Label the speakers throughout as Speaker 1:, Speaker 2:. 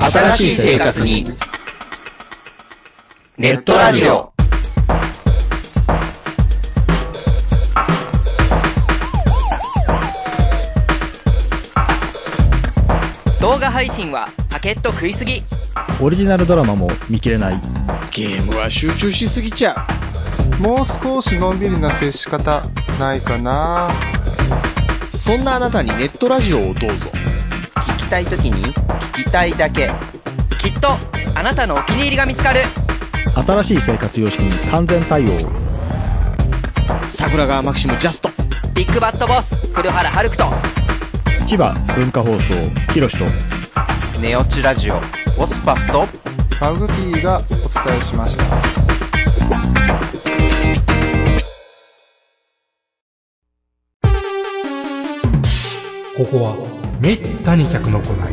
Speaker 1: 新しい生活に。ネットラジオ。
Speaker 2: 動画配信はパケット食いすぎ
Speaker 3: オリジナルドラマも見切れない
Speaker 4: ゲームは集中しすぎちゃ
Speaker 5: もう少しのんびりな接し方ないかな
Speaker 4: うそんなあなたにネットラジオをどうぞ
Speaker 2: 聞きたいときに聞きたいだけきっとあなたのお気に入りが見つかる
Speaker 3: 新しい生活様式に完全対応
Speaker 4: 桜川マキシムジャスト
Speaker 2: ビッグバットボス黒原遥人
Speaker 3: 千葉文化放送ひろしと
Speaker 2: ネオチラジオオスパフと
Speaker 5: マグピーがお伝えしました。
Speaker 6: ここはめったに客の来ない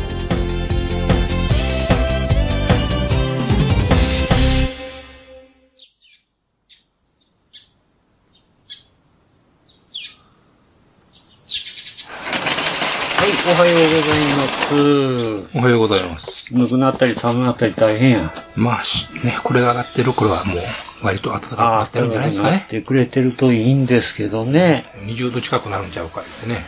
Speaker 7: はい、おはようございます。
Speaker 8: おはようございます。
Speaker 7: ぬくなったり寒なったり大変や。
Speaker 8: まあしね、これが上がってる頃はもう割と暖かく
Speaker 7: あ
Speaker 8: な
Speaker 7: あ、
Speaker 8: ってるんじゃないですか
Speaker 7: なっ
Speaker 8: ね。
Speaker 7: てくれてるといいんですけどね。
Speaker 8: 20度近くなるんちゃうかってね。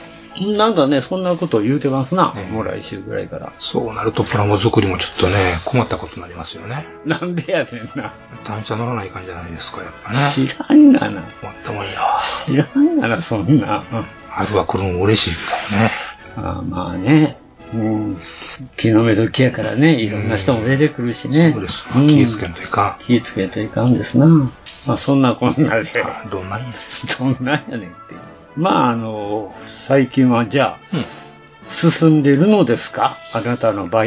Speaker 7: なんかね、そんなことを言うてますな。
Speaker 8: ね
Speaker 7: もう来週ぐらいから。
Speaker 8: そうなるとプラモ作りもちょっとね、困ったことになりますよね。
Speaker 7: なんでやねんな。
Speaker 8: 単車乗らない感じじゃないですか、やっぱね。
Speaker 7: 知らんがな。
Speaker 8: もっともいいな。
Speaker 7: 知らんがな、そんな。うん
Speaker 8: 春は来るの嬉しいみたいなね。
Speaker 7: ああまあね。うん。気の目時やからね、いろんな人も出てくるしね。
Speaker 8: そうです。
Speaker 7: ん
Speaker 8: 気ぃつけんといか
Speaker 7: 気ぃつけといかんですな。まあそんなこんなで。
Speaker 8: ん。あどんなんや。
Speaker 7: どんなんやねんって。まあ、あの、最近はじゃあ、
Speaker 8: うん
Speaker 7: 進んでるのですかあなたの場合。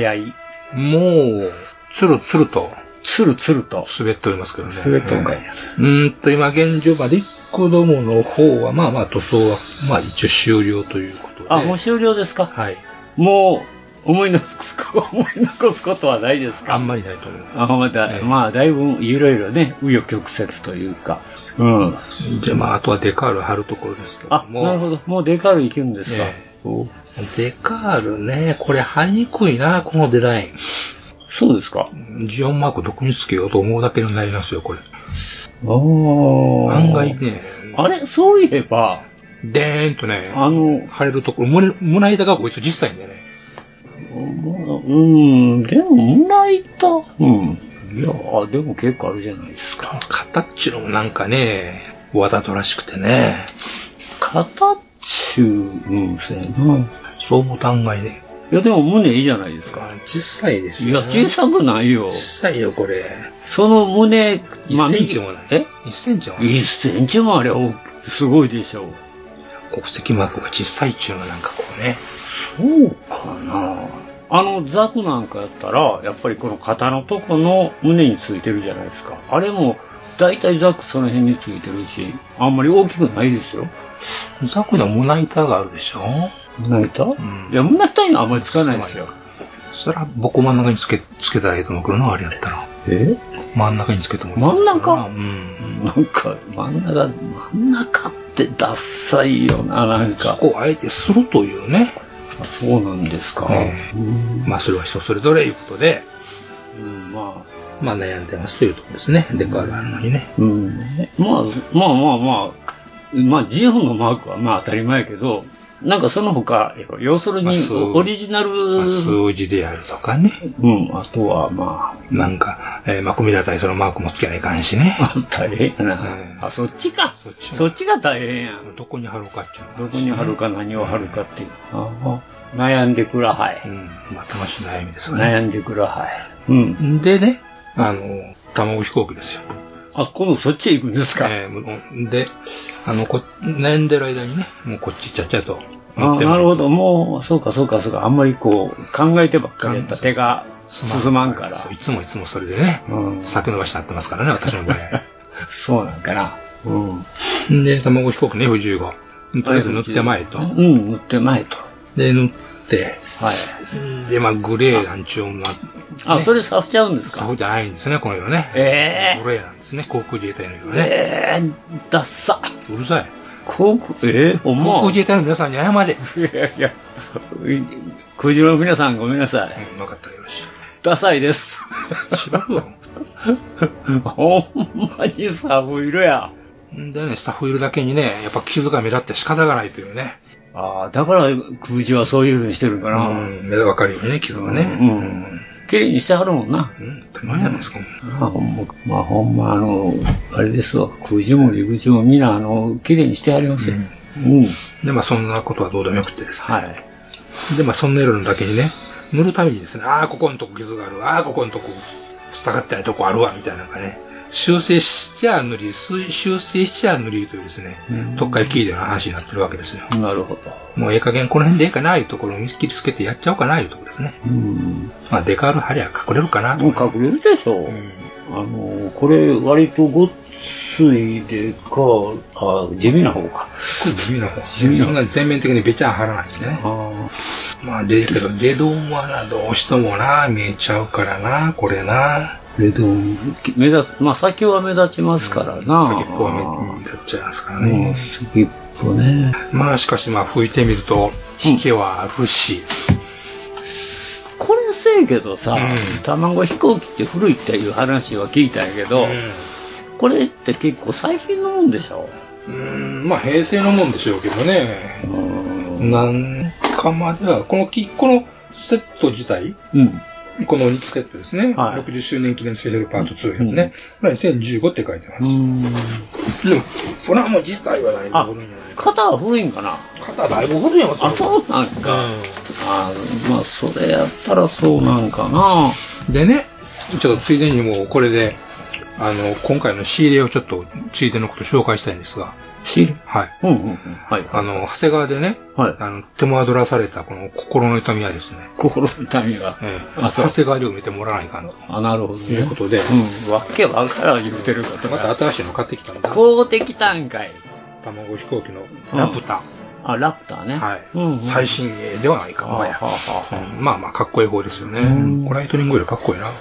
Speaker 8: もう、つるつると
Speaker 7: つるつると。
Speaker 8: 滑っておりますけどね。
Speaker 7: スウェットかい
Speaker 8: ええうーんと、今現状、まあ、リックどもの方は、まあまあ塗装は、まあ一応終了ということで。
Speaker 7: あ、もう終了ですか、
Speaker 8: はい。
Speaker 7: もう、思い残す、思い残すことはないです
Speaker 8: あ
Speaker 7: か
Speaker 8: んまりないと思いま
Speaker 7: あまだ、
Speaker 8: ええ
Speaker 7: まあ、だいぶ、いろいろね、紆余曲折というか。うん。
Speaker 8: す。で、まあ、あとはデカール貼るところですけど
Speaker 7: あ、
Speaker 8: も。
Speaker 7: なるほど。もうデカールいけるんですか、
Speaker 8: え
Speaker 7: お
Speaker 8: デカールね、これ貼りにくいな、このデザイ
Speaker 7: そうですか
Speaker 8: ン。ジオンマークどこにつけようと思うだけになりますよ、これ。
Speaker 7: ああ。
Speaker 8: 案外。ね、
Speaker 7: あれそういえば、
Speaker 8: でーんとね、
Speaker 7: あの、
Speaker 8: 貼れるところ、胸胸板がこいつ実際にね、
Speaker 7: うん、でも、胸板。うん。いやー、でも結構あるじゃないですか。
Speaker 8: 形のもなんかね、わざとらしくてね、
Speaker 7: 形、うん、そうやな。
Speaker 8: そう思うと案外ね、
Speaker 7: いや、でも胸いいじゃないですか。
Speaker 8: 小さいです
Speaker 7: い
Speaker 8: よ、
Speaker 7: や、小さくないよ
Speaker 8: 小。さいよ、これ。
Speaker 7: その胸、
Speaker 8: 1センチもない。
Speaker 7: え
Speaker 8: ?1 センチもない。
Speaker 7: ?1 センチもあれ、おすごいでしょう。
Speaker 8: 国籍マークが小さいっていうのがなんかこうね、
Speaker 7: そうかな。あの、ザクなんかやったら、やっぱりこの肩のとこの胸についてるじゃないですか。あれも、だいたいザクその辺についてるし、あんまり大きくないですよ。
Speaker 8: ザクの胸板があるでしょ
Speaker 7: 胸板、
Speaker 8: ん
Speaker 7: いや、胸板にはあんまりつかないですよ。
Speaker 8: そりゃ僕真ん中につけ、つけたらええと思うけどな、あれやったら。
Speaker 7: え
Speaker 8: 真ん中につけてもいい
Speaker 7: 真ん中
Speaker 8: うん。
Speaker 7: なんか、真ん中、真ん中ってダッサいよな、なん
Speaker 8: そ
Speaker 7: か。
Speaker 8: こをあえてするというね。
Speaker 7: あそうなんですか。
Speaker 8: ええ
Speaker 7: うん
Speaker 8: まあそれは人それぞれいうことで、
Speaker 7: うんまあ、
Speaker 8: まあ悩んでますというところですね。デカールあるのにね。
Speaker 7: うんまあ、まあまあまあ、まあ、ジオンのマークはまあ当たり前やけど、なんかその他、要する
Speaker 8: まあ
Speaker 7: に
Speaker 8: そう
Speaker 7: オリジナル、
Speaker 8: まあ数字であるとかね。
Speaker 7: うん、あとはまあ、
Speaker 8: なんか、えー、まあ組み立てたりそのマークもつけないかんしね。
Speaker 7: あ 大変やな、
Speaker 8: うん
Speaker 7: あ、そっちか。
Speaker 8: そっちも
Speaker 7: そっちが大変やん。
Speaker 8: どこに貼ろうかっていうのが
Speaker 7: どこに貼るか何を貼るかっていう。ああ悩んでくらは
Speaker 8: う
Speaker 7: い。
Speaker 8: ん。まあ楽しい悩みですよね。
Speaker 7: 悩んでくらはい。うん。
Speaker 8: でね、あの、卵飛行機ですよ。
Speaker 7: あ、今度そっちへ行くんですか。
Speaker 8: えーもうで、あの、こ、悩んでる間にね、もうこっちちゃっちゃと
Speaker 7: あ
Speaker 8: 持ってもらうと。
Speaker 7: なるほど。もう、そうかそうかそうか。あんまりこう、考えてばっかりやったら手が進まんから。
Speaker 8: そういつもいつもそれでね、
Speaker 7: うん
Speaker 8: 先延ばしになってますからね、私の場合。
Speaker 7: そうなんかな。うん。
Speaker 8: で、卵飛行機ね、F15。とりあえず塗って前と。
Speaker 7: うん、塗って前と。
Speaker 8: で、塗って、
Speaker 7: はい。
Speaker 8: で、まあ、グレーなんちゅうのが、
Speaker 7: あ、それさせちゃうんです
Speaker 8: そ
Speaker 7: か
Speaker 8: うじゃないんですね、この色ね。
Speaker 7: え
Speaker 8: グレーなんですね、航空自衛隊の色
Speaker 7: ー、
Speaker 8: はね。
Speaker 7: えー、ダッサ。
Speaker 8: うるさい。
Speaker 7: 航空、えー、
Speaker 8: 航空
Speaker 7: おもう。
Speaker 8: 自衛隊の皆さんに謝れ。
Speaker 7: いやいや、空中の皆さんごめんなさい。
Speaker 8: うん、分かった、よろし
Speaker 7: ダサいです。
Speaker 8: い。しばくよ。
Speaker 7: ほんまに寒い色や。
Speaker 8: でね、スタッフいるだけにね、やっぱ傷が目立って仕方がないというね。
Speaker 7: ああ、だから空中はそういう風にしてるんか
Speaker 8: う
Speaker 7: な。
Speaker 8: ん、目でわかるようにね、傷がね。
Speaker 7: うんうん。綺麗にしてはるもんな。
Speaker 8: うん、当たり前じゃないですか。
Speaker 7: あほんま、まあ、ほんま、あの、あれですわ。空中も陸上もみんな、あの、綺麗にしてありますよ。うん。
Speaker 8: で、まあ、そんなことはどうでもよくてですね。
Speaker 7: はい。
Speaker 8: で、まあ、そんな色のだけにね、塗るためにですね、ああ、ここのとこ傷がある、ああ、ここのとこ塞がってないとこあるわ、みたいなのがね、修正しちゃあ塗り、す修正しちゃあ塗りというですね、特会キーでの話になってるわけですよ。
Speaker 7: なるほど。
Speaker 8: もうええ加減この辺でええかな、いうところを見切りつけてやっちゃおうかな、いうところですね。
Speaker 7: うん。
Speaker 8: まあ、デカール貼りゃ隠れるかな、
Speaker 7: も
Speaker 8: と
Speaker 7: う
Speaker 8: か。
Speaker 7: 隠れるでしょ。
Speaker 8: うん
Speaker 7: あの、これ、割とごっついでか、あ地味な方か。
Speaker 8: 地味な方。そんな全面的にべちゃん貼らないんですね。
Speaker 7: あ
Speaker 8: まあ、で、けど、レドンはな、どうしてもな、見えちゃうからな、これな。
Speaker 7: あ、レドン、目立つ、まあ先は目立ちますからな。
Speaker 8: 先っぽは目立っちゃいますからね。
Speaker 7: うん、先っぽね。
Speaker 8: まあしかしまあ拭いてみると引けはあるし、
Speaker 7: これせやけどさ、
Speaker 8: うん
Speaker 7: 卵飛行機って古いっていう話は聞いたんやけど、これって結構最近のもんでしょ。
Speaker 8: うん、まあ平成のもんでしょうけどね、
Speaker 7: うん。
Speaker 8: なんかまではこのきこのセット自体
Speaker 7: うん。
Speaker 8: この2セットですね、
Speaker 7: はい
Speaker 8: 60周年記念スペシャルパート2ですね、これは2015って書いてます、でもこれはもう自体はだいぶ古いんじゃないか
Speaker 7: 肩は古いんかな。
Speaker 8: 肩はだいぶ古いよ
Speaker 7: あ、そうなんか。あまあ、それやったらそうなんかな。
Speaker 8: でねちょっとついでにもうこれであの今回の仕入れをちょっとついでのこと紹介したいんですが
Speaker 7: 知る。
Speaker 8: はい
Speaker 7: うんうんうん。はい。
Speaker 8: あの、長谷川でね、
Speaker 7: はい
Speaker 8: あの、手間取らされたこの心の痛みはですね、
Speaker 7: 心の痛みが。
Speaker 8: ええ
Speaker 7: あ、そう
Speaker 8: 長。谷川にも見てもらわないかんと
Speaker 7: あ、なるほど、ね。
Speaker 8: いうことで、
Speaker 7: うん。わけわからん言うてること
Speaker 8: また
Speaker 7: が。
Speaker 8: 新しいの買ってきたんだ。
Speaker 7: こうできたんかい。
Speaker 8: 卵飛行機のラプタ、
Speaker 7: あ、ラプターね。
Speaker 8: はい、
Speaker 7: うん、うん。
Speaker 8: 最新鋭ではないか、もはや。
Speaker 7: はあはあはあ
Speaker 8: うんまあまあ、かっこいい方ですよね。
Speaker 7: ん
Speaker 8: これライトニングよりかっこいいな。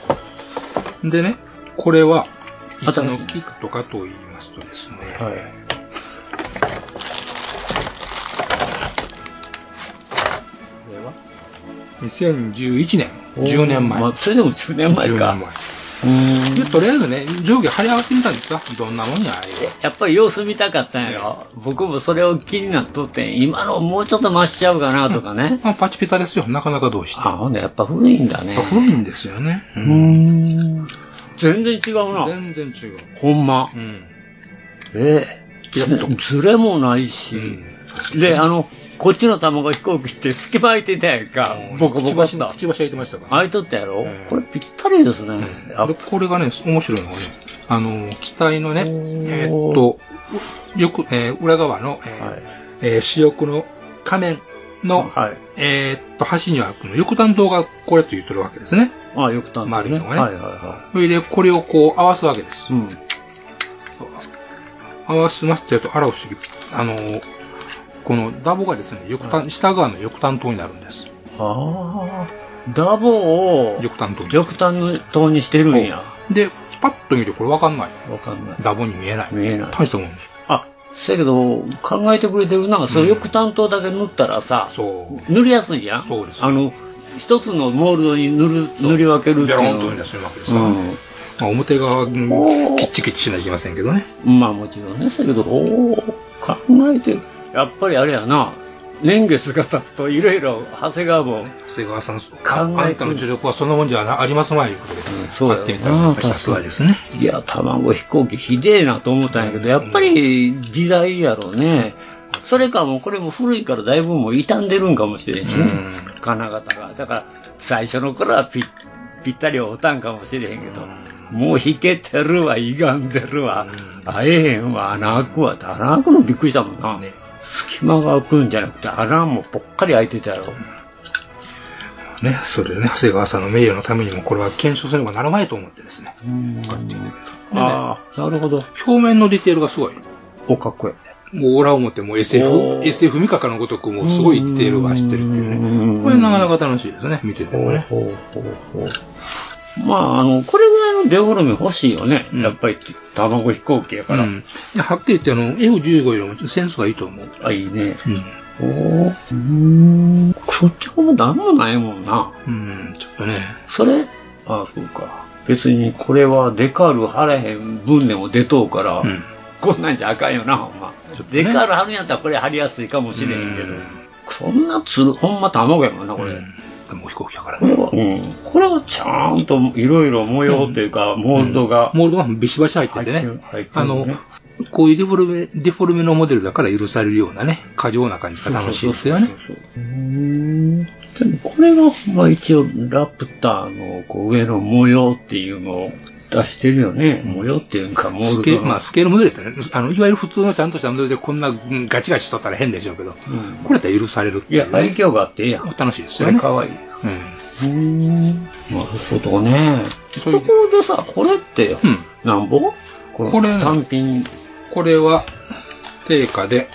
Speaker 8: でね、これは、い
Speaker 7: 新し
Speaker 8: つ
Speaker 7: い
Speaker 8: のキットかと言いますとですね、
Speaker 7: はい。これは
Speaker 8: 2011年、10年前。
Speaker 7: まあ、それでも10年前
Speaker 8: 10
Speaker 7: か
Speaker 8: 年。前。
Speaker 7: うーん。
Speaker 8: で、とりあえずね、上下貼り合わせてみたんですかどんなもんや、あれは。
Speaker 7: やっぱり様子見たかったんやろ。僕もそれを気になっとってん、今のもうちょっと増しちゃうかなとかね。
Speaker 8: まあ、パチピタですよ。なかなかどうして。
Speaker 7: あ、ほんでやっぱ古いんだね。
Speaker 8: 古いんですよね。う
Speaker 7: うーん。全然違うな。
Speaker 8: 全然違う。
Speaker 7: ほんま
Speaker 8: う。ん。
Speaker 7: ええ。
Speaker 8: やっと
Speaker 7: ずれもないし。
Speaker 8: うん確かに
Speaker 7: で、あの、こっちの卵飛行機って隙間空いてたやんか。ボコボコっ
Speaker 8: くち
Speaker 7: と
Speaker 8: ばし。くちばし開いてましたから。
Speaker 7: 空いとったやろ、
Speaker 8: うん
Speaker 7: これぴったりですね。やっ
Speaker 8: で、これがね、面白いのがね、あの、機体のね、えーっと、よく、えー裏側の、えー
Speaker 7: はい
Speaker 8: えー主翼の仮面の、
Speaker 7: はい。
Speaker 8: えーっと、端には、この翼端灯がこれと言ってるわけですね。
Speaker 7: ああ、よくたん
Speaker 8: 丸いのがね
Speaker 7: はいはいは
Speaker 8: それで、これをこう合わすわけです
Speaker 7: い。う。ん。
Speaker 8: 合わせますってやると、あら不思議、あの、このダボがですね、翼端、下側の翼端灯になるんです。
Speaker 7: ああ。ダボを、
Speaker 8: 翼端灯に。
Speaker 7: 玉炭の塔にしてるんや。
Speaker 8: で、パッと見てこれわかんない。
Speaker 7: わかんない。
Speaker 8: ダボに見えない。
Speaker 7: 見えない
Speaker 8: 大したもんです。
Speaker 7: あ、せやけど、考えてくれてるな。それよく担当だけ塗ったらさ、
Speaker 8: そう。
Speaker 7: 塗りやすいやん。
Speaker 8: そうです
Speaker 7: あの、一つのモールドに塗る、塗り分けるって
Speaker 8: ベ
Speaker 7: いう
Speaker 8: ロ
Speaker 7: の
Speaker 8: ンと見出すわけです
Speaker 7: う
Speaker 8: から、
Speaker 7: ん。
Speaker 8: まあ、表側、うん、キッチキッチしなきゃいけませんけどね。
Speaker 7: まあもちろんね、だけど、おー考えて、やっぱりあれやな、年月が経つといろいろ長谷川も、
Speaker 8: 長谷川さん、
Speaker 7: えて
Speaker 8: あんたの実力はそんなもんじゃなありますまいいうことで、
Speaker 7: んそうだよ
Speaker 8: やってみたら、やっぱりさすがですね。
Speaker 7: いや、卵飛行機ひでえなと思ったんやけど、やっぱり時代やろうね。それかもうこれも古いからだいぶもう傷んでるんかもしれんしね、
Speaker 8: うん
Speaker 7: 金型が。だから最初の頃はぴぴったり合うたんかもしれへんけど、もう引けてるわ、歪んでるわ、会えへんわ、穴開くわって、穴開くのびっくりしたもんな。
Speaker 8: ね
Speaker 7: 隙間が開くんじゃなくて穴もぽっかり開いてたやろ。
Speaker 8: ね、それでね、長谷川さんの名誉のためにも、これは検証すればならないと思ってですね。
Speaker 7: ああ、なるほど。
Speaker 8: 表面のディテールがすごい。
Speaker 7: お、かっこいい。
Speaker 8: もうオーラを持ってもう
Speaker 7: お
Speaker 8: SF、
Speaker 7: ー
Speaker 8: SF ミカかのごとくもうすごいディテールが走ってるっていう
Speaker 7: うん
Speaker 8: ね。これなかなか楽しいですね、見ててもね。
Speaker 7: ほうほうほうほう。まあ、あの、これぐらいのデフォルメ欲しいよね。
Speaker 8: うん
Speaker 7: やっぱり、卵飛行機やから。
Speaker 8: うん。ではっきり言ってあの、F15 よりもセンスがいいと思う。
Speaker 7: あ、いいね。
Speaker 8: うん。
Speaker 7: おーうーん。そっちも何もないもんな。
Speaker 8: うん、ちょっとね。
Speaker 7: それあ、そうか。別にこれはデカール貼らへん分でも出とうから、
Speaker 8: うん。
Speaker 7: こんなんじゃあかんよな、ほんま。デカール貼るんやったらこれ貼りやすいかもしれへんけど、そんなつる、ほんま卵やもんな、こ
Speaker 8: う
Speaker 7: れ。
Speaker 8: ん。もう飛行機だから
Speaker 7: こ
Speaker 8: ね。
Speaker 7: れは、うん。これはちゃんといろいろ模様というか、モールドが
Speaker 8: モールドがビシバシ入って
Speaker 7: 入ってて
Speaker 8: ね。
Speaker 7: る。入ってるね
Speaker 8: あの、こういうデフォルメ、デフォルメのモデルだから許されるようなね、過剰な感じが楽しいですよね。
Speaker 7: そうそうそうそう。うーんでもこれが、まあ一応、ラプターのこう上の模様っていうのを出してるよね。模様っていうか、モ
Speaker 8: ス
Speaker 7: ー
Speaker 8: ケー
Speaker 7: ルド
Speaker 8: ル、
Speaker 7: の。
Speaker 8: まあ、スケールモデルだったらね、あの、いわゆる普通のちゃんとしたモデルでこんなうんガチガチとったら変でしょうけど、こ
Speaker 7: うん
Speaker 8: れだったら許されるって
Speaker 7: い
Speaker 8: い
Speaker 7: や
Speaker 8: う、
Speaker 7: 愛
Speaker 8: ね。
Speaker 7: 嬌があっていいやん。
Speaker 8: 楽しいです
Speaker 7: そ
Speaker 8: よ
Speaker 7: れ
Speaker 8: ね。
Speaker 7: 可愛い。
Speaker 8: うん。
Speaker 7: なるほどね。
Speaker 8: そ
Speaker 7: と
Speaker 8: ういう
Speaker 7: ころでさ、これって
Speaker 8: うん、
Speaker 7: なんぼこの
Speaker 8: これね
Speaker 7: 単品
Speaker 8: これは、定価で、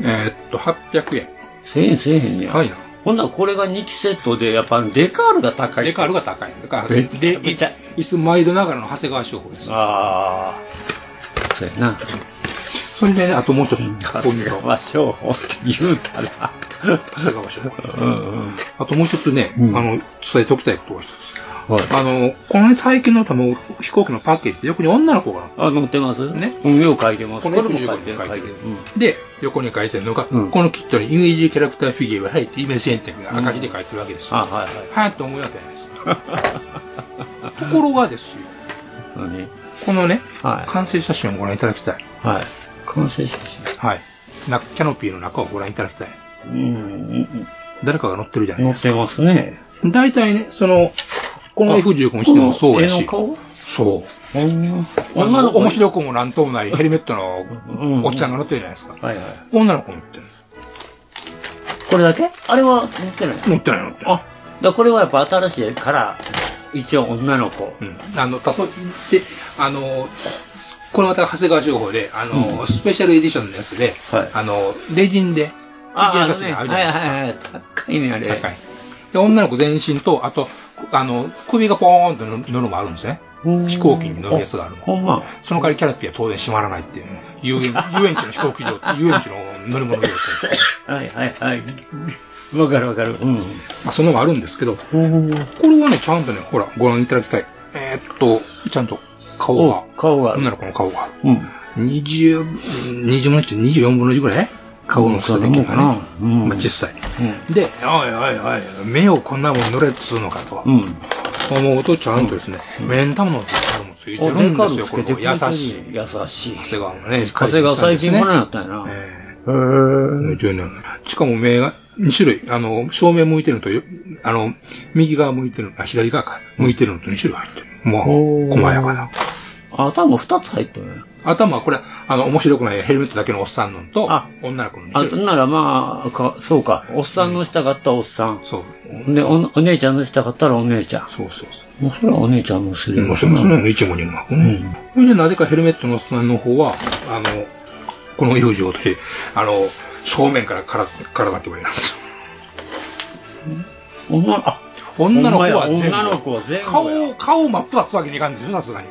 Speaker 8: えーっと、800円。
Speaker 7: 1000円せえへんねや。
Speaker 8: はいな。
Speaker 7: ほんならこれが2期セットで、やっぱデカールが高い。
Speaker 8: デカールが高い。だから、
Speaker 7: めっちゃめちゃ
Speaker 8: でいいつ毎度ながらの長谷川商法です。
Speaker 7: ああ。そうやな。
Speaker 8: それでね、あともう一つ、
Speaker 7: 春
Speaker 8: ポイン
Speaker 7: 日
Speaker 8: ト
Speaker 7: 川商法って言うたら。
Speaker 8: 長谷川商法。
Speaker 7: うん
Speaker 8: あともう一つね、
Speaker 7: うん
Speaker 8: あの、伝えておきたいことが一つ。
Speaker 7: はい。
Speaker 8: あの、このね、最近の卵飛行機のパッケージって横に女の子が乗って
Speaker 7: あ、載ってます
Speaker 8: ね
Speaker 7: うん、よう書いてます。
Speaker 8: この
Speaker 7: も
Speaker 8: 15
Speaker 7: 書いてる、書い
Speaker 8: 書
Speaker 7: て
Speaker 8: いてる。
Speaker 7: るうん
Speaker 8: で、横に書いてるのが、
Speaker 7: うん
Speaker 8: このキットにイメージキャラクターフィギュアが入ってイメージ選択が赤字で書いてるわけですよ。
Speaker 7: あ、はいはい。
Speaker 8: はぁと思うわけじゃないですか。ところがですよ、
Speaker 7: 何
Speaker 8: このね、
Speaker 7: はい
Speaker 8: 完成写真をご覧いただきたい。
Speaker 7: はい。完成写真。
Speaker 8: はい。なキャノピーの中をご覧いただきたい。
Speaker 7: うん、
Speaker 8: 誰かが乗ってるじゃない
Speaker 7: 載
Speaker 8: で
Speaker 7: っ
Speaker 8: す
Speaker 7: てますね。
Speaker 8: か。大体ね、その、この F15 にしてもそうやし、
Speaker 7: こ
Speaker 8: そう。
Speaker 7: の絵の顔
Speaker 8: 女の子面
Speaker 7: い。
Speaker 8: 白くもなんとも ないヘルメットのおっちゃんが乗ってるじゃないですか。
Speaker 7: はいはい。
Speaker 8: 女の子乗ってる。
Speaker 7: これだけあれは載ってない。
Speaker 8: 乗ってない乗ってない。
Speaker 7: あ、だからこれはやっぱ新しいから、一応女の子。
Speaker 8: うん。あの、たとえ、あの、これまた長谷川情報で、あの、スペシャルエディションのやつで、
Speaker 7: はい
Speaker 8: あの、レジンで、
Speaker 7: あ、あの
Speaker 8: フィギ
Speaker 7: ね、
Speaker 8: ュア
Speaker 7: は
Speaker 8: がつ
Speaker 7: い
Speaker 8: いてるじゃないですか
Speaker 7: はいはい。高いね、あれ。
Speaker 8: 高い。で、女の子全身と、あと、あの、首がポーンと乗るのもあるんですね。飛行機に乗るやつがあるの
Speaker 7: ほんま。
Speaker 8: その代わりキャラピーは当然閉まらないっていう、ね、遊園遊園地の飛行機 場、遊園地の乗り物場という
Speaker 7: はいはいはい。わかるわかる。うん。
Speaker 8: まあ、そんなのもあるんですけど、これはね、ちゃんとね、ほら、ご覧いただきたい。えーっと、ちゃんと顔が
Speaker 7: お、顔がある
Speaker 8: 女の子の顔が、
Speaker 7: うん。
Speaker 8: 20、20分の1、24分の1ぐらい顔の下的にはね、
Speaker 7: うん
Speaker 8: まあ、小さい。で、おいおいおい、目をこんなもん乗れっつうのかと。
Speaker 7: うん。
Speaker 8: 思うと、ちゃんとですね、目ん玉のデカールもついてるんですよ、これも。優しい。
Speaker 7: 優しい。
Speaker 8: 長谷川もね、
Speaker 7: 長谷川最近もら
Speaker 8: な
Speaker 7: なったんやな。へ
Speaker 8: ええ
Speaker 7: ぇ
Speaker 8: 10年しかも目が2種類、あの、正面向いてるのとよ、あの、右側向いてるの、あ、左側か、向いてるのと2種類入ってる。まあ、
Speaker 7: おー
Speaker 8: 細やかな。
Speaker 7: 頭二つ入っとるね。
Speaker 8: 頭はこれ、あの、面白くないヘルメットだけのおっさんのと
Speaker 7: あ、
Speaker 8: 女の子の2
Speaker 7: あ、
Speaker 8: 種類。
Speaker 7: ならまあ、かそうか。おっさんのしたかったらおっさん。
Speaker 8: そう。
Speaker 7: ね、おお姉ちゃんのしたかったらお姉ちゃん。
Speaker 8: そうそうそ
Speaker 7: もうそれはお姉ちゃんのす
Speaker 8: う。
Speaker 7: る
Speaker 8: もうそれもそれも一文にうまくね。それで、なぜかヘルメットのおっさんの方は、あの、この表情として、あの、正面からから、からだけばいいなんですよ。
Speaker 7: 女あ
Speaker 8: 女の子は全部。
Speaker 7: 女の子は全部や
Speaker 8: 顔を、顔を真っ二つわけにいかんでしょ、さすがに。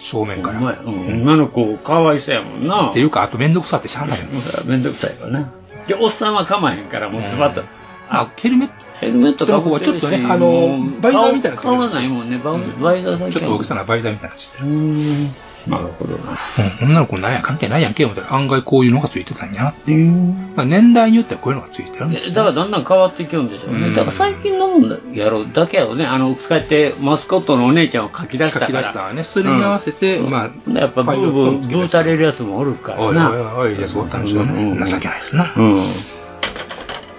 Speaker 8: 正面
Speaker 7: ほ
Speaker 8: か
Speaker 7: んま
Speaker 8: ら。
Speaker 7: やうん女の子かわいそうやもんな。
Speaker 8: っていうか、あと面倒くさってしゃあないよね。
Speaker 7: めんどくさいわな。で、おっさんはかまへんから、もうズバッと。
Speaker 8: まあ、ヘルメット、
Speaker 7: ヘルメットかぶってるし
Speaker 8: でもここはちょっとねあの
Speaker 7: もう
Speaker 8: バイザーみたいな
Speaker 7: 顔顔がないもんね。バウバイザーさん
Speaker 8: ちょっと大げさ
Speaker 7: な。
Speaker 8: なバイザーみたいなのして
Speaker 7: うーん。なるほどな。
Speaker 8: うん、女の子なんや、関係ないやんけ、思ったら案外こういうのがついてたんやなっていう。
Speaker 7: え
Speaker 8: まあ、年代によってはこういうのがついてるんです
Speaker 7: だからだんだん変わっていくんでしょう
Speaker 8: う
Speaker 7: ね。
Speaker 8: ん
Speaker 7: だから最近のもんやろうだけやろうね。あの、こうやってマスコットのお姉ちゃんを書き出した
Speaker 8: 書
Speaker 7: から。
Speaker 8: き出したらね、それに合わせて、
Speaker 7: うん
Speaker 8: まあ、
Speaker 7: やっぱブーブー、ブーたれるやつもおるから
Speaker 8: おい
Speaker 7: な。
Speaker 8: おいおい、いや、そうだったんですよ
Speaker 7: うんうん
Speaker 8: ね。情けないですな。
Speaker 7: うん。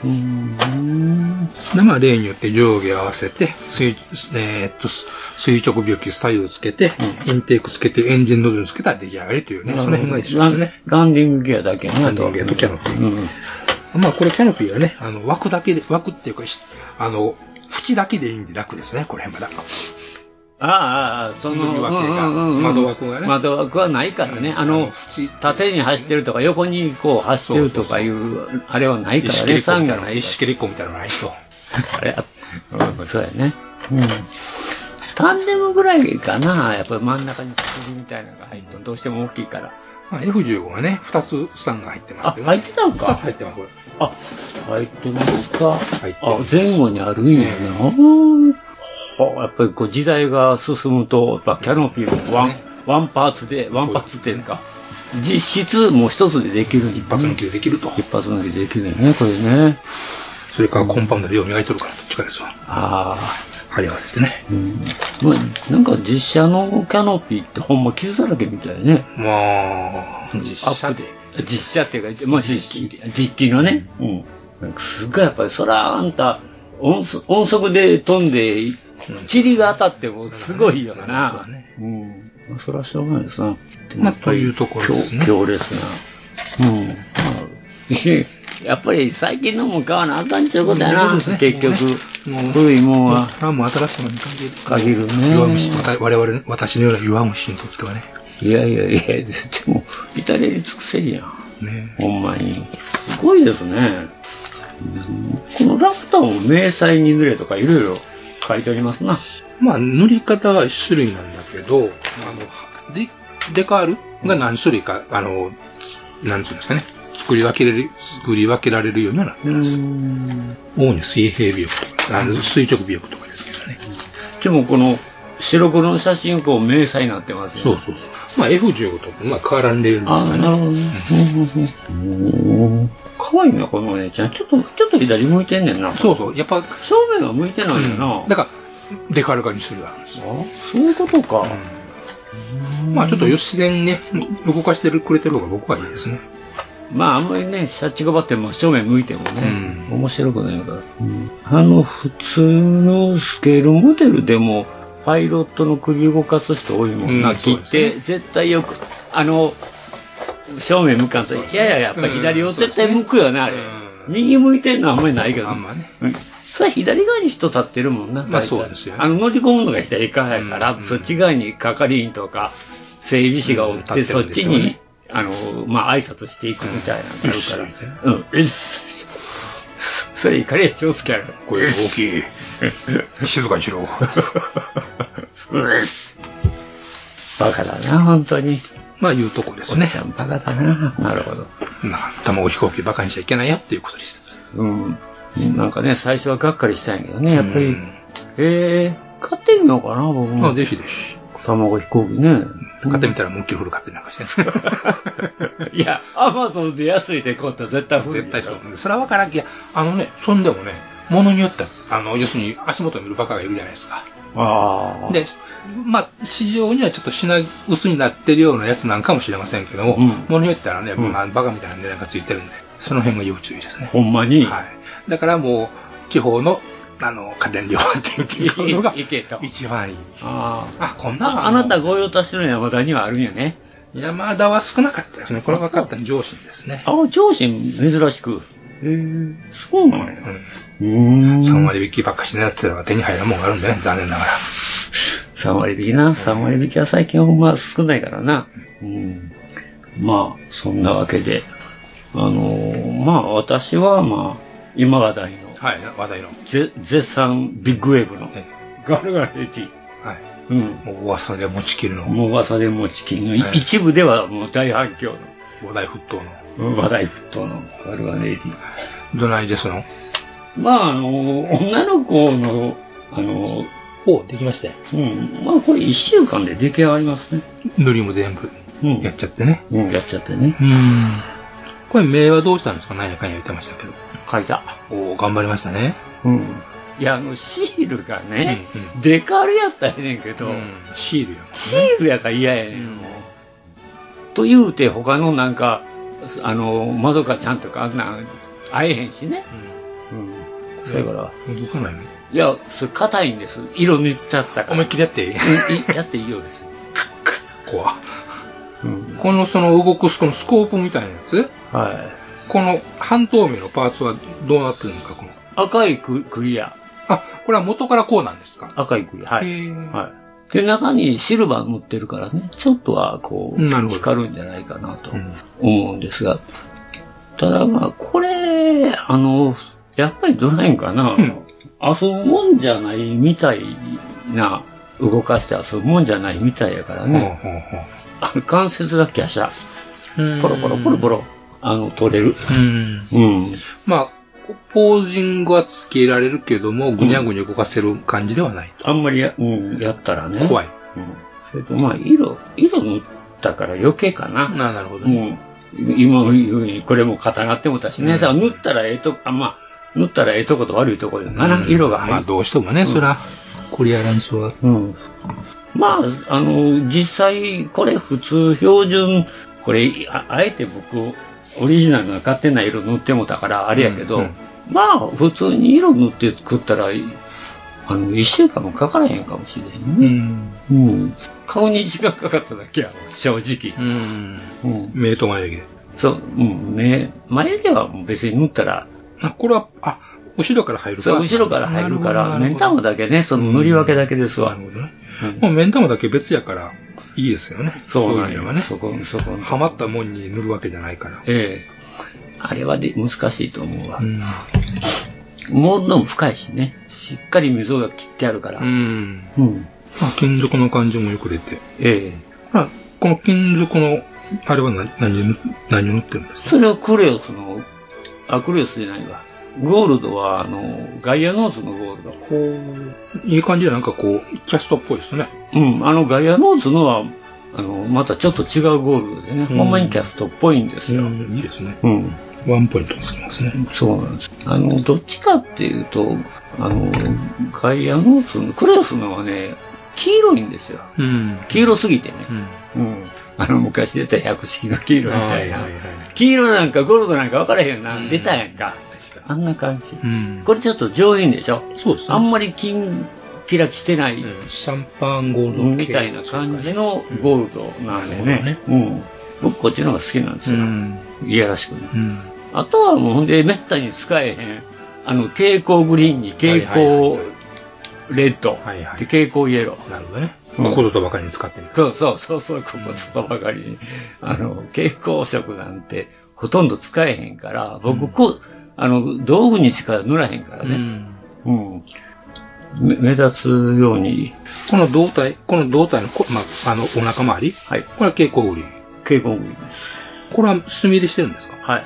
Speaker 7: うん。
Speaker 8: で、まあ、例によって上下合わせて、垂,、えーっとす垂直病気左右つけて、インテークつけて、エンジンノズルつけたら出来上がりというね、その辺が一緒ですね。
Speaker 7: ランランディングギアだけね。
Speaker 8: ランディングギアとキャノピー
Speaker 7: うん。
Speaker 8: まあ、これキャノピーはね、あの、枠だけで、枠っていうか、しあの、縁だけでいいんで楽ですね、これまだ。
Speaker 7: ああああ、その、
Speaker 8: 塗り分けが
Speaker 7: うんうんうんうん
Speaker 8: 窓枠がね
Speaker 7: 窓枠はないからね。あの、縦に走ってるとか、横にこう走ってるとかいう、あれはないから
Speaker 8: 石
Speaker 7: ね、
Speaker 8: 切子
Speaker 7: サン
Speaker 8: みた
Speaker 7: が
Speaker 8: いな、
Speaker 7: ない
Speaker 8: 石
Speaker 7: か
Speaker 8: 切子みたいなのないと。
Speaker 7: ら。あれは、そうやね。うん。タンデムぐらいかな、やっぱり真ん中に羊みたいなのが入っとんどうしても大きいから。
Speaker 8: まあ、F15 はね、2つスタンが入ってます
Speaker 7: あ、
Speaker 8: けど、
Speaker 7: 入ってたん
Speaker 8: 2
Speaker 7: か
Speaker 8: つ。入ってます、これ。
Speaker 7: あ、入ってますか。
Speaker 8: 入って
Speaker 7: あ
Speaker 8: ま、す
Speaker 7: 前後にあるんやな。
Speaker 8: え
Speaker 7: はあやっぱりこう時代が進むと、やっぱキャノピーもワン、ワンパーツで、ワンパーツっていうか、実質もう一つでできる。
Speaker 8: 一発抜きでできると。
Speaker 7: 一発抜きでできるよね、これね。
Speaker 8: それからコンパウンドでよう磨いとるから、どっちかですわ。
Speaker 7: あ
Speaker 8: 貼り合わせてね。
Speaker 7: あ、うん。まあ、なんか実写のキャノピーってほんま傷だらけみたいね。
Speaker 8: まあ、
Speaker 7: ア
Speaker 8: 実
Speaker 7: ッ
Speaker 8: 写
Speaker 7: プ
Speaker 8: で。
Speaker 7: 実写っていうか、まあ、実機実機のね。うん。なんかすっごいやっぱり、そらあんた、音速音速で飛んで、塵が当たってもすごいよな。
Speaker 8: そうだね
Speaker 7: うん。まあ、そらしょうがないですな。
Speaker 8: まあというところですね
Speaker 7: 強強烈な。うん。まあ、やっぱり最近のも買わなあかんちゅうことやな。
Speaker 8: そういう
Speaker 7: 結
Speaker 8: ことですね
Speaker 7: 局、
Speaker 8: もうねもう
Speaker 7: 古いもんは
Speaker 8: あもう新しいのに限る。
Speaker 7: 限るね。
Speaker 8: 弱虫、また我々、私のような弱虫にとってはね。
Speaker 7: いやいやいや、でも、至れり尽くせりやん。
Speaker 8: ね
Speaker 7: ほんまに。すごいですね。うんこのラプターも迷彩に塗れとかいろいろ書いてありますな。
Speaker 8: まあ、塗り方は一種類なんだけど、あの、デデカールが何種類か、あの、つなんていうんですかね、作り分けられる、作り分けられるようにはなってます。主に水平尾翼とか、あの垂直尾翼とかですけどね。
Speaker 7: でもこの白黒の写真こう迷彩になってますよ
Speaker 8: そうそうそう。まあ、F15 と、まあ、変わらんレールです
Speaker 7: あ
Speaker 8: よ
Speaker 7: あ、
Speaker 8: ね
Speaker 7: な。るほどね。うん可愛いな、このお姉ちゃん。ちょっと、ちょっと左向いてんねんな。
Speaker 8: そうそう、やっぱ、
Speaker 7: 正面は向いてないよな。
Speaker 8: だから、デカール化にするわけですよ。
Speaker 7: あそういうことか。
Speaker 8: まあ、ちょっと自然にね、動かしてくれてる方が僕はいいですね。
Speaker 7: まああんまりね、シャッチがばっても正面向いてもね、
Speaker 8: うん
Speaker 7: 面白くないから、あの普通のスケールモデルでも、パイロットの首動かす人多いもんな、
Speaker 8: うん
Speaker 7: 切って、絶対よく、あの、正面向かんと、いやいや、やっぱ左を絶対向くよね、あれ。
Speaker 8: うん
Speaker 7: 右向いてんのはあんまりないけど。
Speaker 8: あんまね
Speaker 7: うんそれは左側に人立ってるもんな、
Speaker 8: まあ
Speaker 7: 大体
Speaker 8: そうですよね
Speaker 7: あの乗り込むのが左側やから、
Speaker 8: うん
Speaker 7: そっち側に係員とか、整備士がおって、
Speaker 8: うん立って
Speaker 7: そ
Speaker 8: る
Speaker 7: っ
Speaker 8: んでし
Speaker 7: ち
Speaker 8: ょうね
Speaker 7: に、あの、まあ、挨拶していくみたいなのがあるから。うん。えっそれ、怒りや長介やる。
Speaker 8: 声が大きい。 静かにし ろ。
Speaker 7: うっす。バカだな、本当に。
Speaker 8: まあ、いうとこです
Speaker 7: お姉
Speaker 8: ね
Speaker 7: ち。ゃんバカだな。なるほど。
Speaker 8: まあ、卵飛行機バカにしちゃいけないよっていうことでした。
Speaker 7: うん。なんかね、最初はがっかりしたんやけどね、やっ
Speaker 8: う
Speaker 7: ぱり
Speaker 8: ん。
Speaker 7: えー、買ってみようかな、僕
Speaker 8: まあ、
Speaker 7: も。
Speaker 8: ぜひぜひ。
Speaker 7: 卵飛行機ね。
Speaker 8: 買ってみたらもうキロフル買ってなんかしてね。
Speaker 7: いや、アマゾンで安いで買ったら絶対古いよ
Speaker 8: 絶対そう。それは分からんきゃ、あのね、そんでもね、ものによっては、あの、要するに足元を見るバカがいるじゃないですか。
Speaker 7: ああ。
Speaker 8: で、まあ、市場にはちょっと品薄になってるようなやつなんかもしれませんけども、
Speaker 7: うん
Speaker 8: ものによってはね、
Speaker 7: うん
Speaker 8: まあ、バカみたいな値段がついてるんで、その辺が要注意ですね。
Speaker 7: ほんまに。
Speaker 8: はい。だからもう、地方の、あの、家電量販店っていうのが
Speaker 7: いけと、
Speaker 8: 一番いい。
Speaker 7: ああ。
Speaker 8: あ、こんなの
Speaker 7: ああなた御用達の山田にはあるんやね。
Speaker 8: 山田は少なかったですね。これは分かったの上司ですね。
Speaker 7: ああ、上心珍しく。へえ、そうなんや。うーん。
Speaker 8: 3割引きばっかし狙ってたら手に入らんもんがあるんでね、残念ながら。
Speaker 7: 3割引きな。3割引きは最近ほんま少ないからな。うん。まあ、そんなわけで。あのーまあ私はまあ、今話題の、
Speaker 8: はい、話題の。
Speaker 7: ぜ絶賛ビッグウェーブの
Speaker 8: え
Speaker 7: ガルガル AT。
Speaker 8: はい。
Speaker 7: うん。
Speaker 8: もう噂で持ちきるの、
Speaker 7: もう噂で持ちきりの、い
Speaker 8: はい
Speaker 7: 一部ではもう大反響
Speaker 8: 話題沸騰の。
Speaker 7: の話題沸騰のガルガル AT。
Speaker 8: どないですの
Speaker 7: まあ、あの、女の子の、あの、
Speaker 8: おできましたよ。
Speaker 7: うん、まあこれ1週間で出来上がりますね。
Speaker 8: 塗りも全部
Speaker 7: うん
Speaker 8: やっちゃってね。
Speaker 7: うん、やっちゃってね。
Speaker 8: うん。これ、名はどうしたんですかなんやかんや言ってましたけど。
Speaker 7: 書いた。
Speaker 8: おー頑張りましたね。
Speaker 7: うん。いや、あの、シールがね、
Speaker 8: うんう
Speaker 7: デカールやったらええねんけど、
Speaker 8: うんシールやもんね
Speaker 7: シールやから嫌やねん。もうというて、他のなんか、あの、まどかちゃんとかあんなん会えへんしね。うん。だから、
Speaker 8: 動かないの
Speaker 7: いや、それ硬いんです。色塗っちゃったから。
Speaker 8: 思いっきりや って、
Speaker 7: うんいやっていいようです。
Speaker 8: 怖
Speaker 7: うん。
Speaker 8: このその動く、このスコープみたいなやつ
Speaker 7: はい。
Speaker 8: この半透明のパーツはどうなってるのか、この。
Speaker 7: 赤いククリア。
Speaker 8: あ、これは元からこうなんですか
Speaker 7: 赤いクリア。はい。
Speaker 8: へー
Speaker 7: はい。で、中にシルバー塗ってるからね、ちょっとはこう、
Speaker 8: なるほど
Speaker 7: 光るんじゃないかなと思うんですが、ただまあ、これ、あの、やっぱりどないんかな、
Speaker 8: うん
Speaker 7: 遊ぶもんじゃないみたいな、動かして遊ぶもんじゃないみたいやから
Speaker 8: ほう
Speaker 7: ね、
Speaker 8: ほうほう
Speaker 7: あの関節だけはしゃ、ポロポロポロポロ、あの、取れる。
Speaker 8: うん。
Speaker 7: うん。
Speaker 8: まあ、ポージングはつけられるけども、ぐにゃぐにゃ動かせる感じではない。
Speaker 7: あんまりや,、うん、やったらね。
Speaker 8: 怖い。
Speaker 7: うん。それとまあ、色、色塗ったから余計かな。
Speaker 8: ななるほど
Speaker 7: う
Speaker 8: ね。
Speaker 7: ん。今のように、これも固なってもたしね、
Speaker 8: うん
Speaker 7: さあ塗ったらええとこ、あ、まあ、塗ったらええとこと悪いとこよな、
Speaker 8: うん
Speaker 7: 色が
Speaker 8: まあ、
Speaker 7: 入る。
Speaker 8: どうしてもね、そら、クリアランスは。
Speaker 7: うん。まあ、あの、実際、これ普通標準、これ、ああえて僕、オリジナルが勝手な色塗ってもたから、あれやけど、
Speaker 8: うんうん
Speaker 7: まあ、普通に色塗って作ったら、あの、一週間もかからへんかもしれへんね。
Speaker 8: うん。
Speaker 7: うん、顔に時間かかっただけやろ、正直。
Speaker 8: うん。
Speaker 7: うん、
Speaker 8: 目と眉毛。
Speaker 7: そう、うん、目、眉毛はもう別に塗ったら、
Speaker 8: あ、これは、あ、後ろから入るか
Speaker 7: そう
Speaker 8: ら。
Speaker 7: 後ろから入るから、目ん玉
Speaker 8: だ
Speaker 7: だけね、その塗り分けだけです
Speaker 8: な
Speaker 7: わ
Speaker 8: る。ほどね。
Speaker 7: うん
Speaker 8: もう目ん玉だけ別やから、いいですよね。
Speaker 7: そうな
Speaker 8: いう意味
Speaker 7: んよ、
Speaker 8: ではね。
Speaker 7: そこ、そこ。
Speaker 8: はまったもんに塗るわけじゃないから。
Speaker 7: ええ。あれはで難しいと思うわ
Speaker 8: う。ん。
Speaker 7: もうのも深いしね、しっかり溝が切ってあるから。
Speaker 8: うん。
Speaker 7: うん、
Speaker 8: まあ、金属の感じもよく出て。
Speaker 7: ええ。
Speaker 8: まあ、この金属の、あれは何、何を、何を塗ってるんですか
Speaker 7: それをクレオスの、あ、クレオスじゃないわ。ゴールドは、あの、ガイアノーズのゴールド。
Speaker 8: いい感じでなんかこう、キャストっぽいですね。
Speaker 7: うん、あのガイアノーズのは、あの、またちょっと違うゴールドでね、
Speaker 8: うん
Speaker 7: ほんまにキャストっぽいんですよ。うん。
Speaker 8: いいですね。ワンポイントつきますね。
Speaker 7: そうなんです。あの、どっちかっていうと、あの、ガイアノーズの、クレオスのはね、黄色いんですよ。
Speaker 8: うん。
Speaker 7: 黄色すぎてね。
Speaker 8: うん。
Speaker 7: うん。あの、昔出た百式の黄色みたいな。
Speaker 8: はいはいはい
Speaker 7: 黄色なんかゴールドなんか分からへんよな。
Speaker 8: うん
Speaker 7: 出たやんか。あんな感じ。
Speaker 8: うん。
Speaker 7: これちょっと上品でしょ。
Speaker 8: そうですね
Speaker 7: あんまり金、キラキしてない。
Speaker 8: うんシャンパンゴールド系
Speaker 7: みたいな感じのゴールドなんでね。うん。僕こっちの方が好きなんです
Speaker 8: う
Speaker 7: よ。
Speaker 8: ん。
Speaker 7: いやらしく
Speaker 8: う
Speaker 7: ね。
Speaker 8: ん。
Speaker 7: あとはもうほんで、めったに使えへん。あの、蛍光グリーンに蛍光レッド。
Speaker 8: はいはい
Speaker 7: で、蛍光イエロー。
Speaker 8: なるほどね。
Speaker 7: うん
Speaker 8: コードとばかりに使ってみる。
Speaker 7: そうそうそうそう、ここちょっとばかりに。あの、蛍光色なんてほとんど使えへんから、僕こう、あの、道具にしか塗らへんからね。うん。め目立つように、
Speaker 8: この胴体、この胴体のこ、まあ、あの、お腹周り
Speaker 7: はい、
Speaker 8: これは蛍光グリーン。
Speaker 7: 蛍光グリーン。
Speaker 8: これは炭入れしてるんですか
Speaker 7: は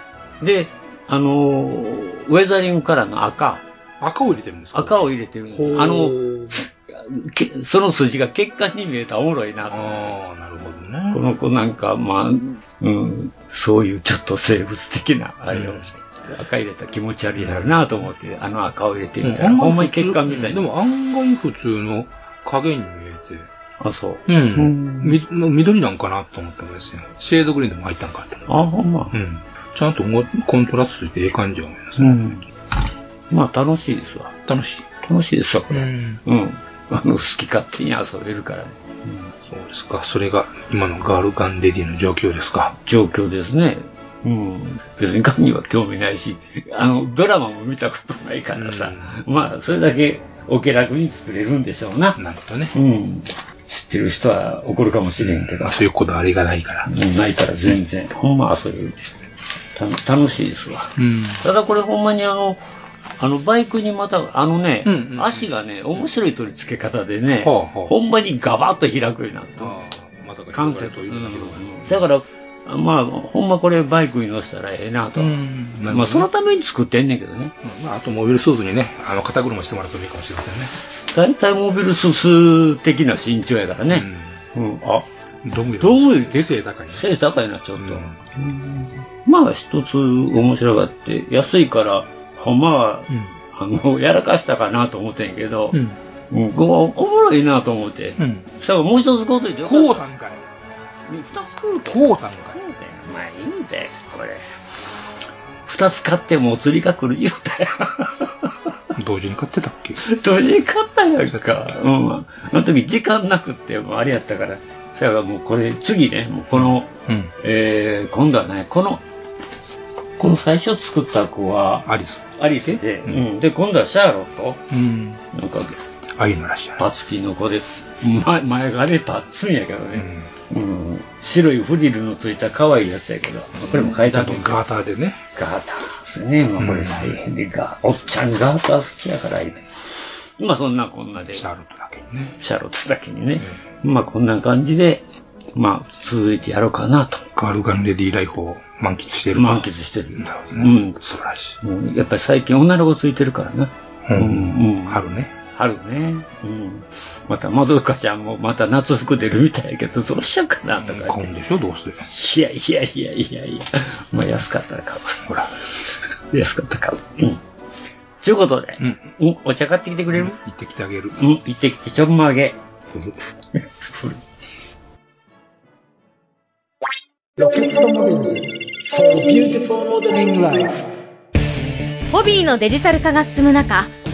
Speaker 7: い。で、あのーウェザリングカラーの赤、
Speaker 8: 赤を入れてるんですか
Speaker 7: 赤
Speaker 8: を。
Speaker 7: を入れてるんです
Speaker 8: ほう
Speaker 7: あの、けその筋が血管に見えたらおもろいなと。
Speaker 8: ああ、なるほどね。
Speaker 7: この子なんか、まあ、うん、そういうちょっと生物的な、あれを、
Speaker 8: うん
Speaker 7: 赤入れたら気持ち悪いやろなと思って、あの赤を入れてみた
Speaker 8: う
Speaker 7: ら、
Speaker 8: ん
Speaker 7: ほんまに血管みたい
Speaker 8: で
Speaker 7: な。
Speaker 8: も案外普通の影に見
Speaker 7: あ、そう。
Speaker 8: えて、うんん。み緑なんかなと思ったんですよ。シェードグリーンでも入ったんかと思っ
Speaker 7: あ、ほんま
Speaker 8: て。う。ん。ちゃんとごコントラストついてええ感じは思います
Speaker 7: う
Speaker 8: ね。
Speaker 7: ん。まあ、楽しいですわ。
Speaker 8: 楽しい。
Speaker 7: 楽しいですわ、これ。
Speaker 8: ん。
Speaker 7: うん。あの、好き勝手に遊べるからね。
Speaker 8: そうですか。それが今のガールガンレディの状況ですか。
Speaker 7: 状況ですね。うん、別にガンには興味ないし、あの、ドラマも見たことないからさ、まあ、それだけお気楽に作れるんでしょうな。
Speaker 8: なるほどね。
Speaker 7: うん。知ってる人は怒るかもしれんけど、
Speaker 8: そういうこだわりがないから。
Speaker 7: うんないから全然、ほんま遊べる。た楽しいですわ。
Speaker 8: うん。
Speaker 7: ただこれほんまにあの、あのバイクにまた、あのね、
Speaker 8: うんうんうん
Speaker 7: 足がね、面白い取り付け方でね、
Speaker 8: はあはあ
Speaker 7: ほんまにガバッと開くようになった。
Speaker 8: ああ、また
Speaker 7: 関節
Speaker 8: というのが広がる
Speaker 7: だから、あまあ、ほんまこれバイクに乗せたらええなと。
Speaker 8: うん
Speaker 7: まあ、そのために作ってんねんけどね。
Speaker 8: うんまあ、あとモビルスーツにね、あの、肩車してもらうといいかもしれませんね。
Speaker 7: 大体モビルスーツ的な身長やからね。うん。あ、
Speaker 8: うん。どんぐり。
Speaker 7: どんぐりで
Speaker 8: 背高いね。
Speaker 7: 背高いな、ちょっと。
Speaker 8: うん
Speaker 7: まあ、一つ面白がって、安いから、ほんまは、あの、やらかしたかなと思ってんけど、
Speaker 8: うん。
Speaker 7: うんおおもろいなと思って。
Speaker 8: うん。
Speaker 7: さあ、もう一つこうといてよかった
Speaker 8: こうたんかい。
Speaker 7: 二つ食うと。
Speaker 8: こうたんかい
Speaker 7: そうだよまあいいんだよ、これ。二つ買ってもお釣りが来る言うたよ。
Speaker 8: 同時に買ってたっけ
Speaker 7: 同時に買ったやんか。うん。あの時時間なくって、もうあれやったから。そやからもうこれ、次ね、もうこの、
Speaker 8: うん。
Speaker 7: えー、今度はね、この、この最初作った子は、
Speaker 8: アリス。
Speaker 7: アリスで、うん。で、今度はシャーロット。
Speaker 8: うん。
Speaker 7: なんか、
Speaker 8: 愛のらしいやな。
Speaker 7: パツキの子で、前前がね、パッツンやけどね、うん白いフリルのついた可愛いやつやけど、まあこれも変えた
Speaker 8: だ
Speaker 7: と
Speaker 8: と
Speaker 7: 思う。
Speaker 8: ガーターでね。
Speaker 7: ガーターですね。まあ、これ大変で、ガー、おっちゃんガーター好きやから、今。まあ、そんなこんなで、
Speaker 8: シ
Speaker 7: シ
Speaker 8: ャーロットだけにね。
Speaker 7: ャロットだけにね。まあ、こんな感じで、まあ、続いてやろうかなと。
Speaker 8: ガールガンレディライフを満喫してる。
Speaker 7: 満喫してる。
Speaker 8: なるほ
Speaker 7: う
Speaker 8: どね
Speaker 7: ん。
Speaker 8: 素晴らしい。
Speaker 7: うんやっぱり最近女の子ついてるからな。
Speaker 8: うん
Speaker 7: うん
Speaker 8: 春ね。
Speaker 7: 春ね。うん。また、まどかちゃんもまた夏服出るみたいやけど、どうしようかなとか
Speaker 8: 買
Speaker 7: 言
Speaker 8: う
Speaker 7: っ
Speaker 8: んでしょどうせ。
Speaker 7: て。いやいやいやいやいや。まあ、安かったら買う。
Speaker 8: ほら。
Speaker 7: 安かったら買う。うん。ちゅうことで、
Speaker 8: うん。
Speaker 7: うん、お茶買ってきてくれる、
Speaker 8: 行ってきてあげる。
Speaker 7: うん、行ってきてちょんまげ。
Speaker 9: ホビーのデジタル化が進む中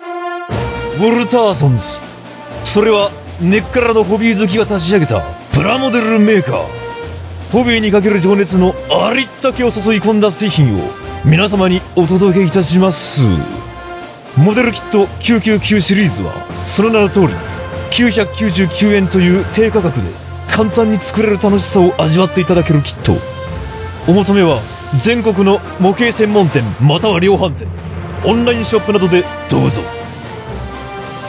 Speaker 10: ウォルターソンズそれは根っからのホビー好きが立ち上げたプラモデルメーカーホビーにかける情熱のありったけを注い込んだ製品を皆様にお届けいたしますモデルキット999シリーズはその名の通り999円という低価格で簡単に作れる楽しさを味わっていただけるキットお求めは全国の模型専門店または量販店オンラインショップなどでどうぞ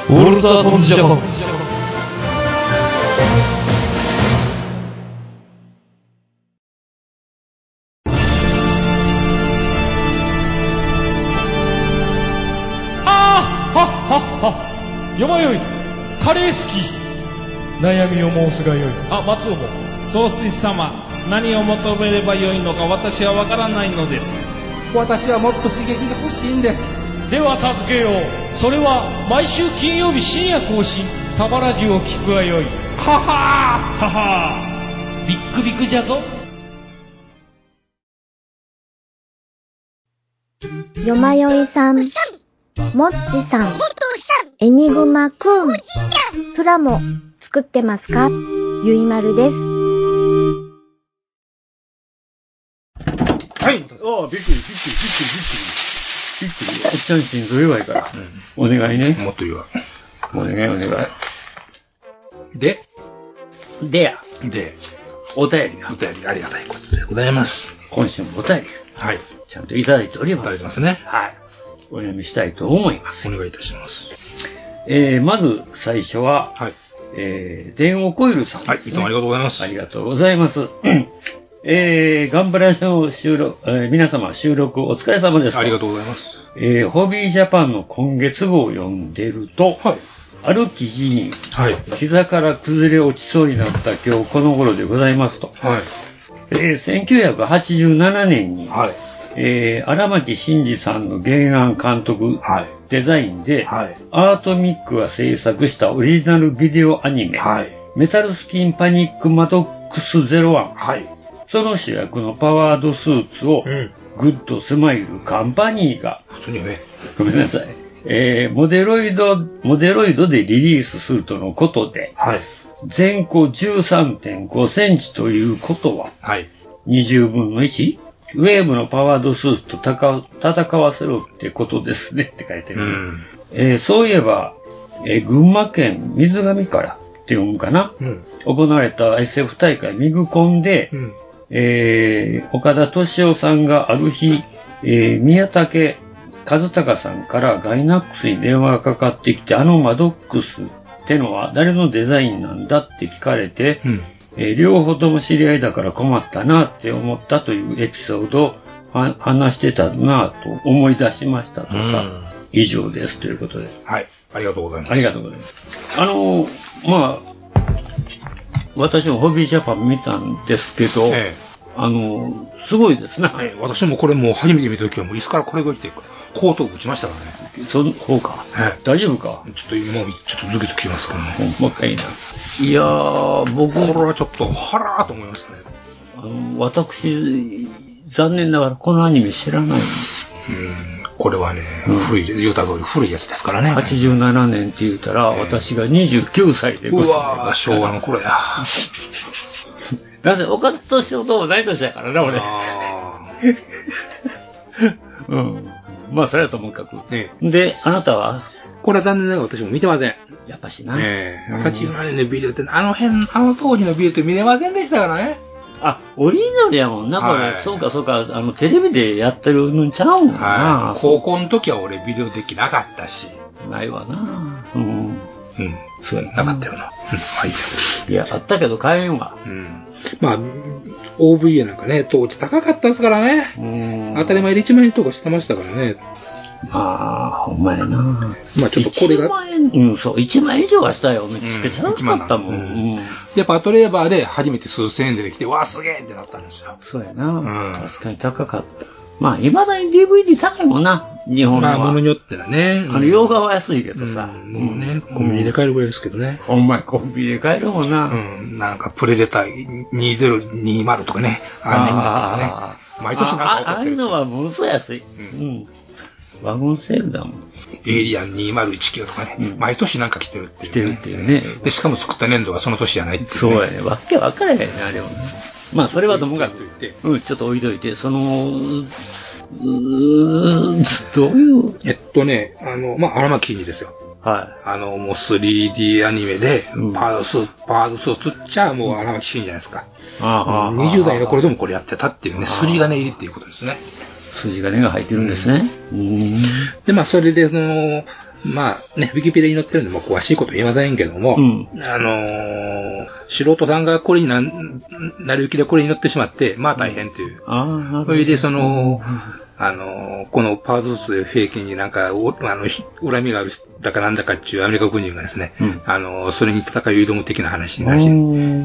Speaker 10: ウォルターソンズジャパン
Speaker 11: ああはっはっはよまよいカレー好き悩みを申すがよいあ松尾も総帥様何を求めればよいのか私はわからないのです私はもっと刺激が欲しいんですでは助けようそれは毎週金曜日深夜更新サバラジュを聞くがよいははははビックビックじゃぞ
Speaker 12: よまよいさん、もっちさん、エニグマくん、プラモ作ってますかゆいまるです。
Speaker 7: はい。ああ、びっくり、びっくり、びっくり、びっくり。びっくり。おっちゃん心臓弱いから。お願いね。
Speaker 8: もっと言わ。
Speaker 7: お願い、お願
Speaker 8: で、
Speaker 7: い。でや、
Speaker 8: で、
Speaker 7: お便り
Speaker 8: お
Speaker 7: が、
Speaker 8: 便りありがたいことでございます。
Speaker 7: 今週もお便りが、
Speaker 8: はい。
Speaker 7: ちゃんといただいており
Speaker 8: い
Speaker 7: ま
Speaker 8: ただ
Speaker 7: す。
Speaker 8: きますね。
Speaker 7: はい。お読みしたいと思います。
Speaker 8: お願いいたします。
Speaker 7: えー、まず最初は、
Speaker 8: はい。
Speaker 7: えー、電王コイルさんです、
Speaker 8: は
Speaker 7: ね。
Speaker 8: い。いつもありがとうございます。
Speaker 7: ありがとうございます。えー、ガンブラジオ収録、えー皆様収録お疲れ様です。
Speaker 8: ありがとうございます。
Speaker 7: えーホビージャパンの今月号を読んでると、ある記事に、
Speaker 8: はい。
Speaker 7: 膝から崩れ落ちそうになった今日この頃でございますと、
Speaker 8: はい。
Speaker 7: えー1987年に、
Speaker 8: はい。
Speaker 7: えー荒牧真二さんの原案監督、
Speaker 8: はい。
Speaker 7: デザインで、
Speaker 8: はい
Speaker 7: アートミックが制作したオリジナルビデオアニメ、
Speaker 8: はい。
Speaker 7: メタルスキンパニックマドックス01、
Speaker 8: はい。
Speaker 7: その主役のパワードスーツを、
Speaker 8: うん
Speaker 7: グッドスマイルカンパニーが、
Speaker 8: 普通にね。
Speaker 7: ごめんなさい、えーモデロイド、モデロイドでリリースするとのことで、
Speaker 8: はい。
Speaker 7: 全高13.5センチということは、
Speaker 8: はい。
Speaker 7: 20分の 1? ウェーブのパワードスーツと戦う戦わせろってことですねって書いて
Speaker 8: う
Speaker 7: る。
Speaker 8: ん。
Speaker 7: えーそういえば、えー群馬県水上からって読むかな、
Speaker 8: うん。
Speaker 7: 行われた SF 大会ミグコンで、
Speaker 8: ん。
Speaker 7: えー岡田敏夫さんがある日、えー宮武和孝さんからガイナックスに電話がかかってきて、あのマドックスってのは誰のデザインなんだって聞かれて、
Speaker 8: うん。
Speaker 7: えー両方とも知り合いだから困ったなって思ったというエピソードをは話してたなと思い出しましたとさ、
Speaker 8: うん
Speaker 7: 以上ですということで。
Speaker 8: はい。ありがとうございます。
Speaker 7: ありがとうございます。あのーまあ、私もホビージャパン見たんですけど、
Speaker 8: え
Speaker 7: あの、すごいですね。
Speaker 8: 私もこれもう初めて見た時はもう椅子からこれが落ちて、後頭部打ちましたからね。
Speaker 7: そ、そうか。大丈夫か
Speaker 8: ちょっと今、ちょっとズキズキきますからね。
Speaker 7: もう一回いいな。いやー、僕。
Speaker 8: これはちょっと、はらーと思いましたね。
Speaker 7: あの、私、残念ながらこのアニメ知らないんです。
Speaker 8: うん、これはね、古い、言うた通り古いやつですからね。
Speaker 7: 87年って言うたら、私が29歳でございま
Speaker 8: う
Speaker 7: す
Speaker 8: わー昭和の頃や。
Speaker 7: なぜ、岡田敏夫ともない年やからね、俺。うん。まあ、それはともかく。で、あなたは
Speaker 8: これは残念ながら私も見てません。
Speaker 7: やっぱしな。
Speaker 8: ええ87年のビデオって、あの辺、あの当時のビデオって見れませんでしたからね。
Speaker 7: あ、オリジナルやもんな、これ。
Speaker 8: はい
Speaker 7: そうか、そうか。あの、テレビでやってるのちゃうんかな。
Speaker 8: 高校の時は俺ビデオできなかったし。
Speaker 7: ないわな。うん。
Speaker 8: うん。
Speaker 7: そうや
Speaker 8: なかったよな。はい。
Speaker 7: いや、あったけど買えんわ。
Speaker 8: うん。まあ、OVA なんかね、当時高かったですからね。当たり前で1万円とかしてましたからね。
Speaker 7: まあ、ほんまやな。
Speaker 8: まあちょっとこれが
Speaker 7: 1万円、うん、そう、1万円以上はしたよ。ねつけちゃうかったもん。うん
Speaker 8: やっぱアトレーバーで初めて数千円出てきて、わあすげえってなったんですよ。
Speaker 7: そうやな。確かに高かった。まあ、いまだに DVD 高いもんな。日本の
Speaker 8: ま
Speaker 7: は。
Speaker 8: あものによってはね。
Speaker 7: あの、
Speaker 8: うん
Speaker 7: 洋画は安いけどさ。
Speaker 8: もうね、コンビニで買えるぐらいですけどね。
Speaker 7: ほんまや、コンビニで買えるもんな。
Speaker 8: うん、なんかプレデター2020とかね、あんなのとかね。毎年なんか
Speaker 7: あああいうのはものすごい安い。うん。ワゴンセールだもん。
Speaker 8: エイリアン2019とかね、毎年なんか来てるっていう、ね。来てるって
Speaker 7: いうね。
Speaker 8: で、しかも作った年度がその年じゃないっていう、
Speaker 7: そうやね。わけわからへんね、あれはね。まあ、それはともかく、うん、ちょっと置いといて、その、うーんどういう。
Speaker 8: えっとね、あの、まあ、荒牧記事ですよ。
Speaker 7: はい。
Speaker 8: あの、もう 3D アニメで、パードスーツ、パードスーツっちゃもう荒牧記事じゃないですか。
Speaker 7: あ
Speaker 8: うん20代の頃でもこれやってたっていうね、すり金入りっていうことですね。
Speaker 7: 筋金が入ってるんですね。うん。
Speaker 8: で、まあ、それで、その、まあね、ウィキペディアに載ってるんで、もう詳しいこと言えませんけども、あのー素人さんがこれになん、なりゆきでこれに乗ってしまって、まあ大変という。
Speaker 7: ああ、なる
Speaker 8: それで、その、あのーこのパーズス平均になんか、おあの、ひ恨みがあるだかなんだかっていうアメリカ軍人がですね、あのーそれに戦いを挑む的な話になりし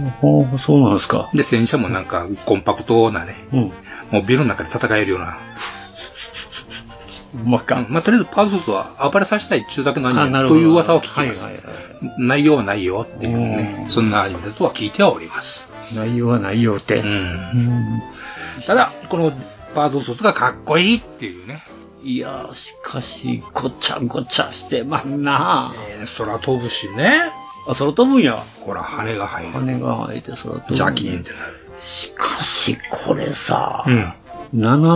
Speaker 8: て、
Speaker 7: ほど。そうなんですか。
Speaker 8: で、戦車もなんか、コンパクトなね、
Speaker 7: うん。
Speaker 8: もうビルの中で戦えるような。
Speaker 7: まか。
Speaker 8: まあ、とりあえずパーズスは暴れさせたい中だけのア
Speaker 7: あ、
Speaker 8: ニメ
Speaker 7: なるほ
Speaker 8: と
Speaker 7: ど。
Speaker 8: いう噂を聞きます。
Speaker 7: はいはいはい。
Speaker 8: 内容はないよっていうね、そんなアニメだとは聞いてはおります。
Speaker 7: 内容は内容って。うん
Speaker 8: ただ、このバードソースがかっこいいっていうね。
Speaker 7: いやー、しかし、ごちゃごちゃしてまんな。
Speaker 8: えー、空飛ぶしね。
Speaker 7: あ、空飛ぶんや。
Speaker 8: ほら、羽が入る。
Speaker 7: 羽が生えて空飛ぶ。
Speaker 8: ジャキーンってなる。
Speaker 7: しかし、これさ、
Speaker 8: うん。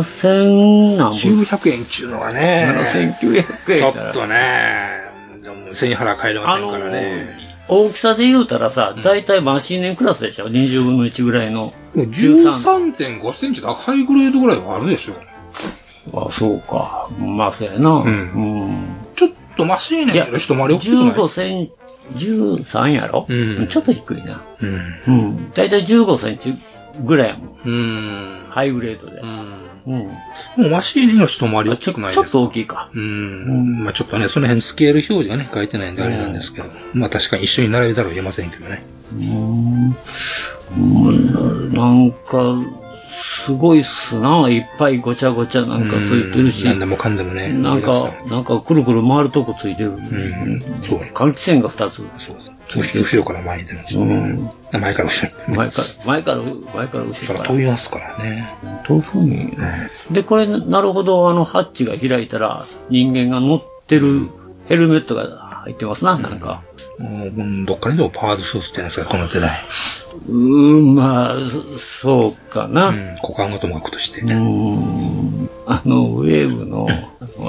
Speaker 7: 7000何本
Speaker 8: 900円っちゅうのはね、
Speaker 7: 7900円
Speaker 8: ちょ
Speaker 7: や
Speaker 8: っ
Speaker 7: から
Speaker 8: とね、でも背に腹変えれませんからね。
Speaker 7: 大きさで言うたらさ、大体マシン年クラスでしょ ?20 分の1ぐらいの。
Speaker 8: 13.5センチでハイグレードぐらいはあるでしょ。
Speaker 7: あ、そうか。まあ、そうやな。うん。
Speaker 8: ちょっとマシーネやる人もあれ大きくない
Speaker 7: 15センチ、13やろうん。ちょっと低いな。うん。大体15センチぐらいやもん。
Speaker 8: うん。
Speaker 7: ハイグレードで。うん。
Speaker 8: もうマシーネの人もあり大きくないですか
Speaker 7: ちょっと大きいか。
Speaker 8: うん。まあちょっとね、その辺スケール表示がね、書いてないんであれなんですけど、まあ確かに一緒に並べたら言えませんけどね。
Speaker 7: うーん。うんなんか、すごいっすな。いっぱいごちゃごちゃなんかついてるし。
Speaker 8: 何でもかんでもね。
Speaker 7: なんか、なんかくるくる回るとこついてる。うん。そう。換気扇が2つ。
Speaker 8: そう後ろから前に出るんですよね。前から後ろに。
Speaker 7: 前から、前から、前から後ろから。
Speaker 8: 飛びますからね。
Speaker 7: 飛ぶんよで、これ、なるほど、あの、ハッチが開いたら、人間が乗ってるヘルメットが入ってますな、なんか。
Speaker 8: うんどっかにでもパワードスーツってやつがこの手代。
Speaker 7: うーん、まあ、そそうかな。
Speaker 8: 股間がともかくとして。
Speaker 7: うん。あの、ウェー ブの、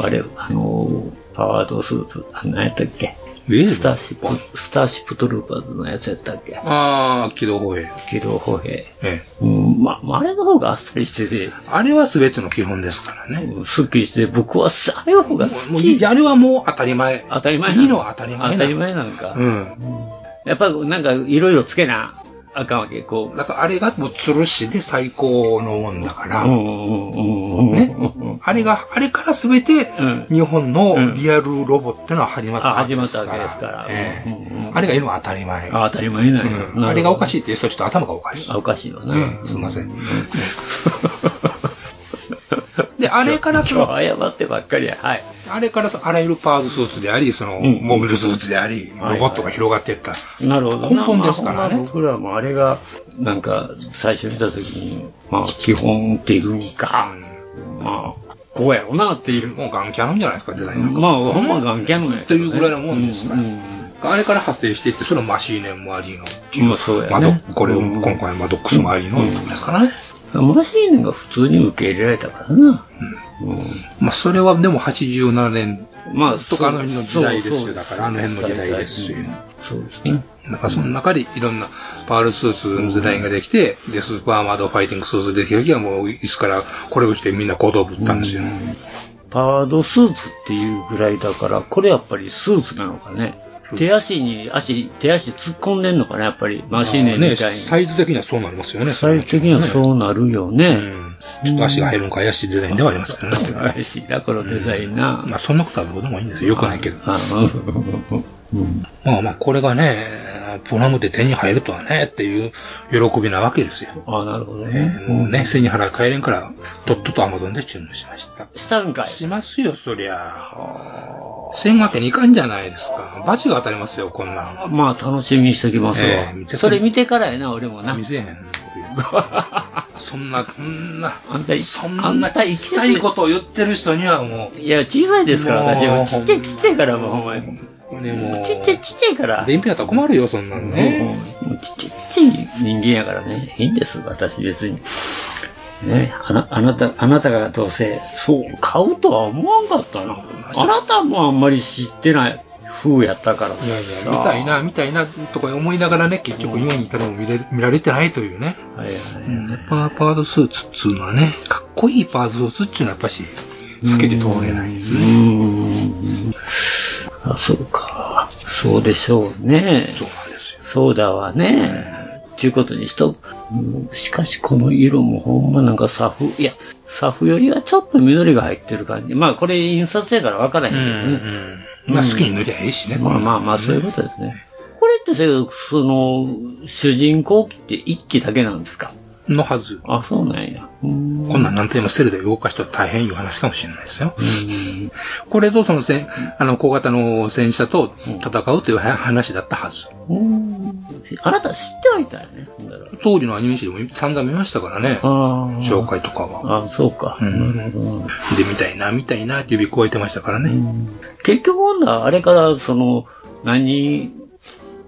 Speaker 7: あれ、あの、パワードスーツ、あ何やったっけ
Speaker 8: ウェーブ
Speaker 7: スターシップ、スターシップトルーパーズのやつやったっけ
Speaker 8: ああ、軌道歩兵。
Speaker 7: 軌道歩兵。
Speaker 8: え
Speaker 7: うん、ま、まああれの方があっさりしてて。
Speaker 8: あれは全ての基本ですからね。
Speaker 7: すっきりして、僕はさ、あれの方が好
Speaker 8: もう
Speaker 7: き。
Speaker 8: あれはもう当たり前。
Speaker 7: 当たり前
Speaker 8: いいのは当たり前なの
Speaker 7: 当たり前なんか。
Speaker 8: うん。
Speaker 7: やっぱなんかいろいろつけなあかんわけ、こう。
Speaker 8: だからあれがもう吊るしで最高のもんだから。
Speaker 7: うんうんうんうんうん
Speaker 8: ね。 。あれが、あれからすべて、日本のリアルロボってのは始まったわけですから。
Speaker 7: ですから。
Speaker 8: ええ
Speaker 7: うんうん
Speaker 8: あれがいるのは当たり前。
Speaker 7: あ当たり前なんやなるほ
Speaker 8: うん
Speaker 7: ど
Speaker 8: あれがおかしいっていう人はちょっと頭がおかしい。
Speaker 7: おかしいわな。
Speaker 8: うんすいません。で、あれからそ
Speaker 7: 今
Speaker 8: の、
Speaker 7: 日謝ってばっかりや。はい。
Speaker 8: あれからそのあらゆるパワードスーツであり、その、
Speaker 7: ん
Speaker 8: モビルスーツであり、
Speaker 7: はい
Speaker 8: ロボットが広がっていった。
Speaker 7: なるほど。
Speaker 8: 根本ですからね
Speaker 7: まあまあ僕らもあれが、なんか、最初見た時に、まあ、基本っていうか、まあ、こうやろなっていう。
Speaker 8: もうガンキャノンじゃないですか、デザインなんか。
Speaker 7: まあ、ほんまガンキャノンや
Speaker 8: というぐらいのもんです
Speaker 7: ね。
Speaker 8: から、あれから発生していって、それはマシーネンもありの、
Speaker 7: まあ、そうや
Speaker 8: マド
Speaker 7: ね。
Speaker 8: ッこれを今回マドックスもありの、ですからね。
Speaker 7: マシーネンが普通に受け入れられたからな。
Speaker 8: まあ、それはでも87年
Speaker 7: まあ、
Speaker 8: とかあの辺の時代です
Speaker 7: そうそう
Speaker 8: よ。だからあの辺の時代ですよ。
Speaker 7: そうですね。
Speaker 8: なんかその中でいろんなパールスーツのデザインができて、で、スーパーマードファイティングスーツできた時はもう椅子からこれをしてみんな行動をぶったんですよ。
Speaker 7: パワードスーツっていうぐらいだから、これやっぱりスーツなのかね。手足に、足、手足突っ込んでんのかな、やっぱり。マシーネンみ
Speaker 8: ね、
Speaker 7: たいに。
Speaker 8: サイズ的にはそうなりますよね。
Speaker 7: サイズ的にはそうなるよね。
Speaker 8: ちょっと足が入るのか怪しいデザインではありますけどね。
Speaker 7: 怪しいな、このデザインな。
Speaker 8: まあ、そんなことはどうでもいいんですよ。よくないけど。
Speaker 7: あうん
Speaker 8: まあまあ、これがね、プラムで手に入るとはね、っていう喜びなわけですよ。
Speaker 7: あなるほど
Speaker 8: ね
Speaker 7: ね。。
Speaker 8: もうね、背に腹帰れんから、とっととアマゾンで注文しました。
Speaker 7: したんかい。
Speaker 8: しますよ、そりゃ。せんわけにいかんじゃないですか。罰が当たりますよ、こんなん。
Speaker 7: まあ、楽しみにしてきますわ。
Speaker 8: ええ見て
Speaker 7: それ見てからやな、俺もな。
Speaker 8: 見せへん。 そんな、こんな、
Speaker 7: あんた、
Speaker 8: そ
Speaker 7: あ
Speaker 8: ん
Speaker 7: ん
Speaker 8: な
Speaker 7: な
Speaker 8: 小さいことを言ってる人にはも
Speaker 7: いや、小さいですから、私
Speaker 8: も
Speaker 7: は。
Speaker 8: う
Speaker 7: ちっちゃい、ちっちゃいから、もう、お前。
Speaker 8: う、ね、もう、
Speaker 7: ちっちゃい、ちっちゃいから。
Speaker 8: 便秘だったら困るよ、そんなのね。
Speaker 7: もうちっちゃい、ちっちゃい人間やからね。いいんです、私別に。ね、あなあなた、あなたがどうせ、そう、買うとは思わんかったな。あなたもあんまり知ってない風やったからさ。
Speaker 8: いやいや、見たいな、見たいな、とか思いながらね、結局今に至るも見れ見られてないというね。
Speaker 7: はいはい。
Speaker 8: うんパワーパードスーツっつうのはね、かっこいいパワードスーツっつうのはやっぱし、つけて通れないです
Speaker 7: う
Speaker 8: ね。
Speaker 7: ーん。あ、そうか。そうでしょうね。
Speaker 8: そうなんですよ。
Speaker 7: そうだわね。ちゅうことにしとく、うんしかしこの色もほんまなんかサフ、いや、サフよりはちょっと緑が入ってる感じ。まあこれ印刷やから分からへん
Speaker 8: う
Speaker 7: け
Speaker 8: ん
Speaker 7: どね。
Speaker 8: うん。まあ好きに塗りゃいいしね。
Speaker 7: まあまあまあそういうことですね。これってせその、主人公機って一機だけなんですか
Speaker 8: のはず。
Speaker 7: あ、そうなんや。うーん
Speaker 8: こんなんなんてもセルで動かしたら大変いう話かもしれないですよ。これとその戦、あの、小型の戦車と戦うという話だったはず。
Speaker 7: うーんあなた知ってはいたよね。だから
Speaker 8: 当時のアニメ誌でも散々見ましたからね。
Speaker 7: あー
Speaker 8: 紹介とかは。
Speaker 7: あ、そうか。
Speaker 8: うん
Speaker 7: なるほどな
Speaker 8: で、見たいな、見たいなって指加えてましたからね。
Speaker 7: 結局ほんならあれから、その、何、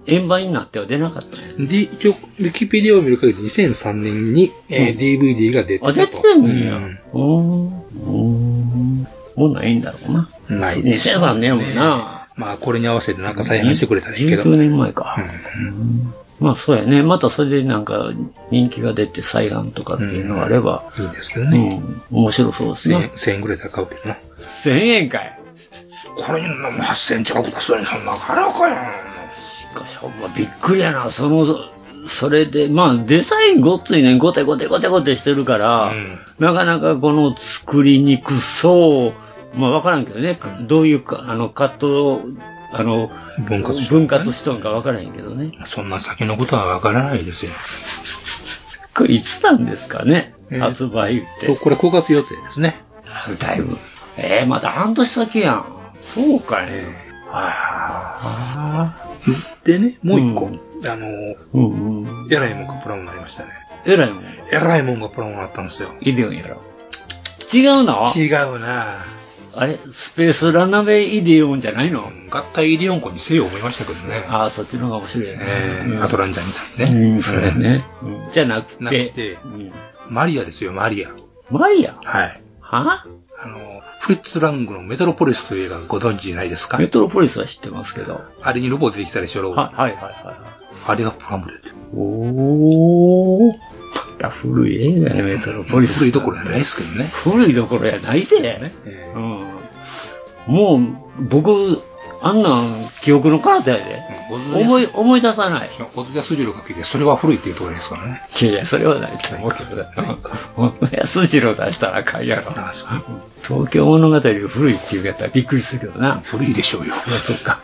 Speaker 7: 円盤になっては出なかったね。
Speaker 8: で、一応、ウィキペディアを見る限り2003年に、えー DVD が出て
Speaker 7: あ、
Speaker 8: たと。
Speaker 7: 出てんねや。
Speaker 8: う
Speaker 7: うーん。うーんもんないんだろうな。
Speaker 8: ないですね
Speaker 7: 2003年もな。
Speaker 8: まあ、これに合わせてなんか再販してくれたらいいけど。
Speaker 7: 19年前か。まあそうやね。またそれでなんか人気が出て再販とかっていうのがあれば、
Speaker 8: いいんですけど
Speaker 7: う
Speaker 8: ね。
Speaker 7: ん、面白そうですね。
Speaker 8: 1000円ぐらいで買うけどな。
Speaker 7: 1000円かい。
Speaker 8: これにもう8000円近く出すのにそんな払うかよ。
Speaker 7: しかしほんまびっくりやな。その、それで、まあデザインごっついね、ごてごてごてごてしてるから、なかなかこの作りにくそう、まあわからんけどね、どういうか、あの、カット、あの、
Speaker 8: 分割し
Speaker 7: 分割しとんかわからへんけどね。
Speaker 8: そんな先のことはわからないですよ。
Speaker 7: これいつなんですかね、
Speaker 8: えー
Speaker 7: 発売っ
Speaker 8: と、
Speaker 7: て。
Speaker 8: これ5月予定ですね。
Speaker 7: だいぶ。えー、まだ半年先やん。そうかい、
Speaker 8: え
Speaker 7: はあ。
Speaker 8: でね、もう一個、
Speaker 7: うん
Speaker 8: あの、
Speaker 7: うんうん。
Speaker 8: えらいもんがプラモになりましたね。
Speaker 7: えらいもん。
Speaker 8: えらいもんがプラモになったんですよ。
Speaker 7: イデオンやろ。違うの
Speaker 8: 違うなぁ。
Speaker 7: あれスペースランナウェイイデオンじゃないの、
Speaker 8: 合体イディオンコにせよ思いましたけどね。
Speaker 7: ああ、そっちの方が面白いよね。
Speaker 8: えー
Speaker 7: うん
Speaker 8: アトランジャみたいにね。
Speaker 7: うん、そうやね。うんじゃなくて。
Speaker 8: なくて
Speaker 7: うん
Speaker 8: マリアですよ、マリア。
Speaker 7: マリア
Speaker 8: はい。
Speaker 7: は
Speaker 8: あの、フリッツ・ラングのメトロポリスという映画ご存知ないですか
Speaker 7: メトロポリスは知ってますけど。は
Speaker 8: あれにロボ出てきたでしょ、ロ
Speaker 7: い
Speaker 8: ボ。
Speaker 7: はいはいはい。
Speaker 8: あれがプラモデルで。
Speaker 7: おー。また古い映画やね、メトロポリ ス。
Speaker 8: 古いところじゃないですけどね。
Speaker 7: 古いどころやないぜ。
Speaker 8: え
Speaker 7: うん、もう、僕、あんなん記憶の彼方やで。
Speaker 8: え
Speaker 7: 思い、思い出さない。
Speaker 8: ポッドキャスト料が聞いて、それは古いっていうところですからね。
Speaker 7: いやいや、それはないと思うけ どね。本当や、筋を出したらあかんやろ。東京物語より古いって言うやったらびっくりするけどな。
Speaker 8: 古いでしょうよ。
Speaker 7: そっか。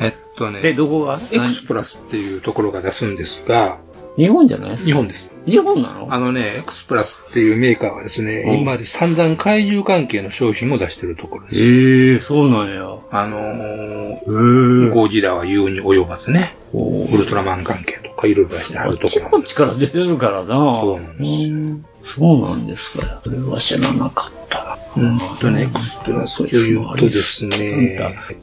Speaker 8: えっとね。
Speaker 7: で、どこが
Speaker 8: ?X プラスっていうところが出すんですが、
Speaker 7: 日本じゃないです
Speaker 8: 日本です。
Speaker 7: 日本なの
Speaker 8: あのね、X プラスっていうメーカーはですね、
Speaker 7: うん
Speaker 8: 今まで散々怪獣関係の商品を出してるところです。
Speaker 7: ええそうなんや。
Speaker 8: あのー
Speaker 7: ー
Speaker 8: ゴジラは言うに及ばずね、ウルトラマン関係とかいろいろ出してあるところ。
Speaker 7: こっちから出てるからな。そうなんです。そうなんですか。それは知らなかったな。
Speaker 8: うんとね、X プラスというとですね、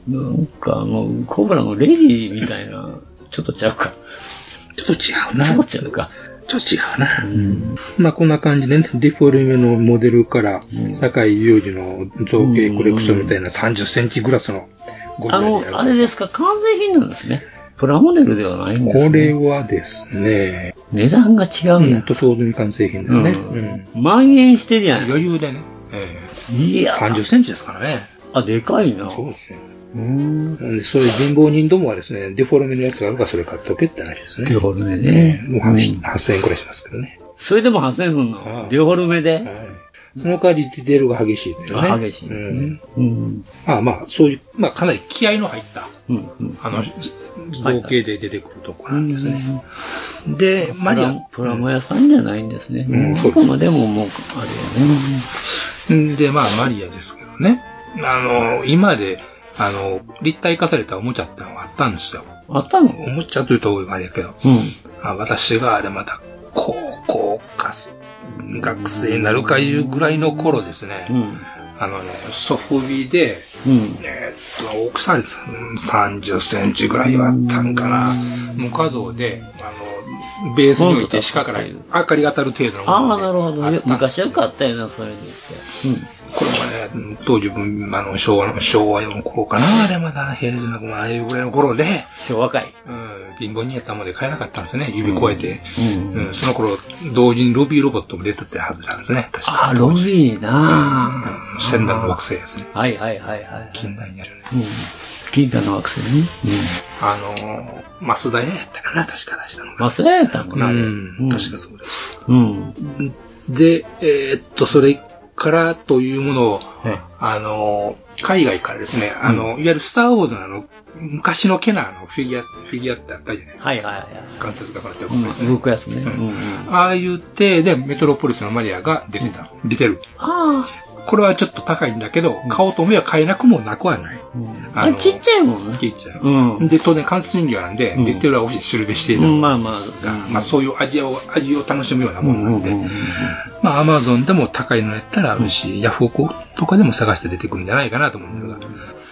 Speaker 7: なんかもう、コブラのレディーみたいな、ちょっとちゃうか。
Speaker 8: ちょっと違うな。
Speaker 7: ちょっと違うか。
Speaker 8: ちょっと違うな。まあこんな感じでね、デフォルメのモデルから、酒井雄二の造形コレクションみたいな30センチグラスのゴジ
Speaker 7: あ
Speaker 8: ラに
Speaker 7: の、あれですか、完成品なんですね。プラモデルではないんです
Speaker 8: こ
Speaker 7: ね。
Speaker 8: れはですね、
Speaker 7: 値段が違うんだ。
Speaker 8: 塗装済み完成品ですね。うん
Speaker 7: 蔓延してるやん。
Speaker 8: 余裕でね。え
Speaker 7: えいや。
Speaker 8: 30センチですからね。
Speaker 7: あ、でかいな。
Speaker 8: そうですね。
Speaker 7: うん。
Speaker 8: でそういう貧乏人どもはですね、デフォルメのやつがあるからそれ買っとけって話ですね。
Speaker 7: デフォルメね
Speaker 8: うんもう8000円くらいしますけどね。
Speaker 7: それでも8000分の。デフォルメで。
Speaker 8: その代わりディテールが激しいというね。
Speaker 7: 激しい。
Speaker 8: うん
Speaker 7: うん。
Speaker 8: まあまあ、そういう、まあかなり気合の入った、
Speaker 7: うん。うん
Speaker 8: あの、造形で出てくるところなんですね。
Speaker 7: で、マリア。プラモ屋さんじゃないんですね。
Speaker 8: うん
Speaker 7: そこまでももう、あれやね。
Speaker 8: うんで、まあ、マリアですけどね。あの、今まで、あの、立体化されたおもちゃってのがあったんですよ。
Speaker 7: あったの
Speaker 8: おもちゃというとあれやけど、
Speaker 7: うん。
Speaker 8: あ私があれまた、高校か、学生になるかいうぐらいの頃ですね。
Speaker 7: うん。
Speaker 8: あのね、ソフビで、
Speaker 7: うん。
Speaker 8: えーっと、大きさで30センチぐらいはあったんかな。無稼働で、あの、ベースに置いて鹿から明かりが当たる程度のもの
Speaker 7: ああ、なるほど。昔はよかったよな、それにして。うん。
Speaker 8: これもね、当時、うんあの、昭和の、昭和の頃かな、あれまだ、平成の、まあ、ああいうぐらいの頃で、
Speaker 7: 昭和界。
Speaker 8: うん、貧乏人やったもんで買えなかったんですね、指越えて。
Speaker 7: うん。
Speaker 8: うん、その頃、同時にロビーロボットも出てたはずなんですね、確か。
Speaker 7: あ、ロビーな
Speaker 8: うん仙台の惑星ですね。
Speaker 7: はいはいはいはい。
Speaker 8: 近代にあるね。
Speaker 7: うん。金貨の惑星ね。
Speaker 8: あのー、マスダやったかな、確か出したの
Speaker 7: う
Speaker 8: が
Speaker 7: ん。。忘れたのかな、あれ
Speaker 8: うん、確かそうです。
Speaker 7: うん。
Speaker 8: で、えーっと、それからというものを、
Speaker 7: はい
Speaker 8: あの、海外からですね、あの、いわゆるスター・ウォーズのあの、昔のケナーのフィギュア、フィギュアってあったじゃないですか。
Speaker 7: はいはいはい。
Speaker 8: 関節がこうやって動
Speaker 7: うん
Speaker 8: くやつ、ね
Speaker 7: 動くやつね。うん。
Speaker 8: ああいう体でメトロポリスのマリアが出てた。出てる。
Speaker 7: あ
Speaker 8: これはちょっと高いんだけど、買おうと思えば買えなくもなくはない。
Speaker 7: あ。あれちっちゃいもんね。
Speaker 8: ちっちゃい。
Speaker 7: うん。
Speaker 8: で、当然関節人形なんで、出てるはおし知るべしている。
Speaker 7: うんまあまあ
Speaker 8: がまあそういう味を、味を楽しむようなもんなんで。まあ、アマゾンでも高いのやったらあるし、ヤフオクとかでも探して出てくるんじゃないかなと思うんですが、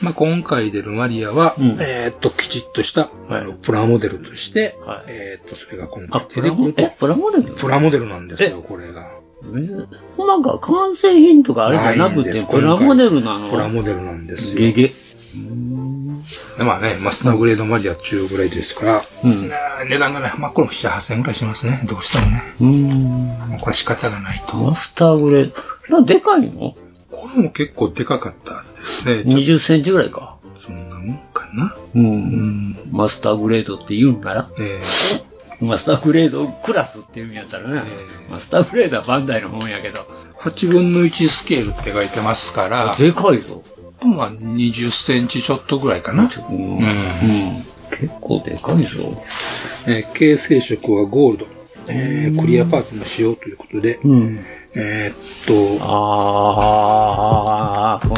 Speaker 8: まあ、今回出るマリアは、えーっと、きちっとした、あの、プラモデルとして、えーっと、それが今
Speaker 7: あ、
Speaker 8: 回
Speaker 7: プ
Speaker 8: 出
Speaker 7: ラ
Speaker 8: てく
Speaker 7: モ
Speaker 8: ると
Speaker 7: え、、プラモデル
Speaker 8: プラモデルなんですよ、これが。
Speaker 7: えなんか完成品とかあれじゃなく
Speaker 8: ない
Speaker 7: て、
Speaker 8: んです
Speaker 7: プラモデルなの
Speaker 8: プラモデルなんですよ。
Speaker 7: ゲゲ。
Speaker 8: でまあね、マスターグレードマリア中ぐらいですから、なあ値段がね、まあこれも7、8000円ぐらいしますね、どうしてもね。
Speaker 7: うん。
Speaker 8: もうこれ仕方がないと。
Speaker 7: マスターグレード。なでかいの
Speaker 8: これも結構でかかったはずですね。
Speaker 7: ?20 センチぐらいか。
Speaker 8: そんなもんかな。
Speaker 7: うん。マスターグレードって言うんなら。
Speaker 8: え
Speaker 7: マスターグレードクラスって言うんやったらね。マスターグレードはバンダイの本やけど。
Speaker 8: ー、8分の1スケールって書いてますから、
Speaker 7: でかいぞ。
Speaker 8: まあ20センチちょっとぐらいかな。
Speaker 7: うん。
Speaker 8: う
Speaker 7: うんん。結構でかいぞ。
Speaker 8: えー形成色はゴールド、えークリアパーツも使用ということで、
Speaker 7: うん。
Speaker 8: えーっと、
Speaker 7: ああ、こ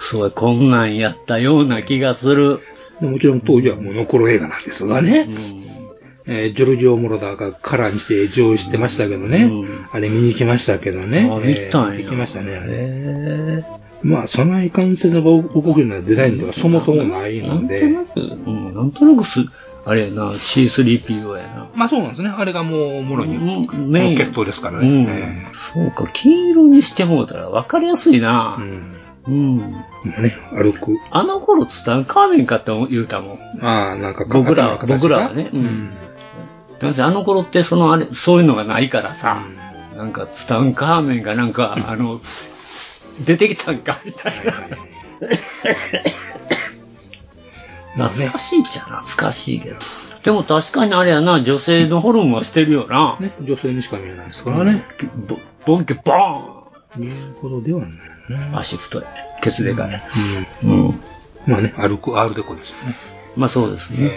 Speaker 7: そう、こんなんやったような気がする。
Speaker 8: でもちろん当時はモノクロ映画なんですがね、えージョルジオ・モロダーがカラーにして上映してましたけどね、あれ見に行きましたけどね、
Speaker 7: あ
Speaker 8: えー
Speaker 7: 見たんや
Speaker 8: 行きましたね、あれ。
Speaker 7: へ
Speaker 8: まあ、その関節が動くようなデザインではそもそもないので、
Speaker 7: え。うん、なんとなくす、あれやな、C3PO やな。
Speaker 8: まあそうなんですね。あれがもう、もろに、
Speaker 7: メイン
Speaker 8: もう決闘ですから
Speaker 7: う
Speaker 8: ね。
Speaker 7: ん
Speaker 8: え
Speaker 7: そうか、黄色にしてもうたら分かりやすいな。うん。
Speaker 8: えね、歩く。
Speaker 7: あの頃ツタンカーメンかって言うたもん。
Speaker 8: ああ、なんか
Speaker 7: 僕らは、
Speaker 8: 頭の形が
Speaker 7: 僕らはね。うん。だってあの頃って、そのあれ、そういうのがないからさ、なんかツタンカーメンがなんか、 あの、出てきたんかみたいな。懐かしいっちゃ懐かしいけど。でも確かにあれやな、女性のホルモンはしてるよな。
Speaker 8: ね、女性にしか見えないですからね。
Speaker 7: ボボンケボー
Speaker 8: ンいうほどではない。
Speaker 7: ン足太い。ケツでかい。
Speaker 8: うん。まあね、歩く、アールデコですよね。
Speaker 7: まあそうですね。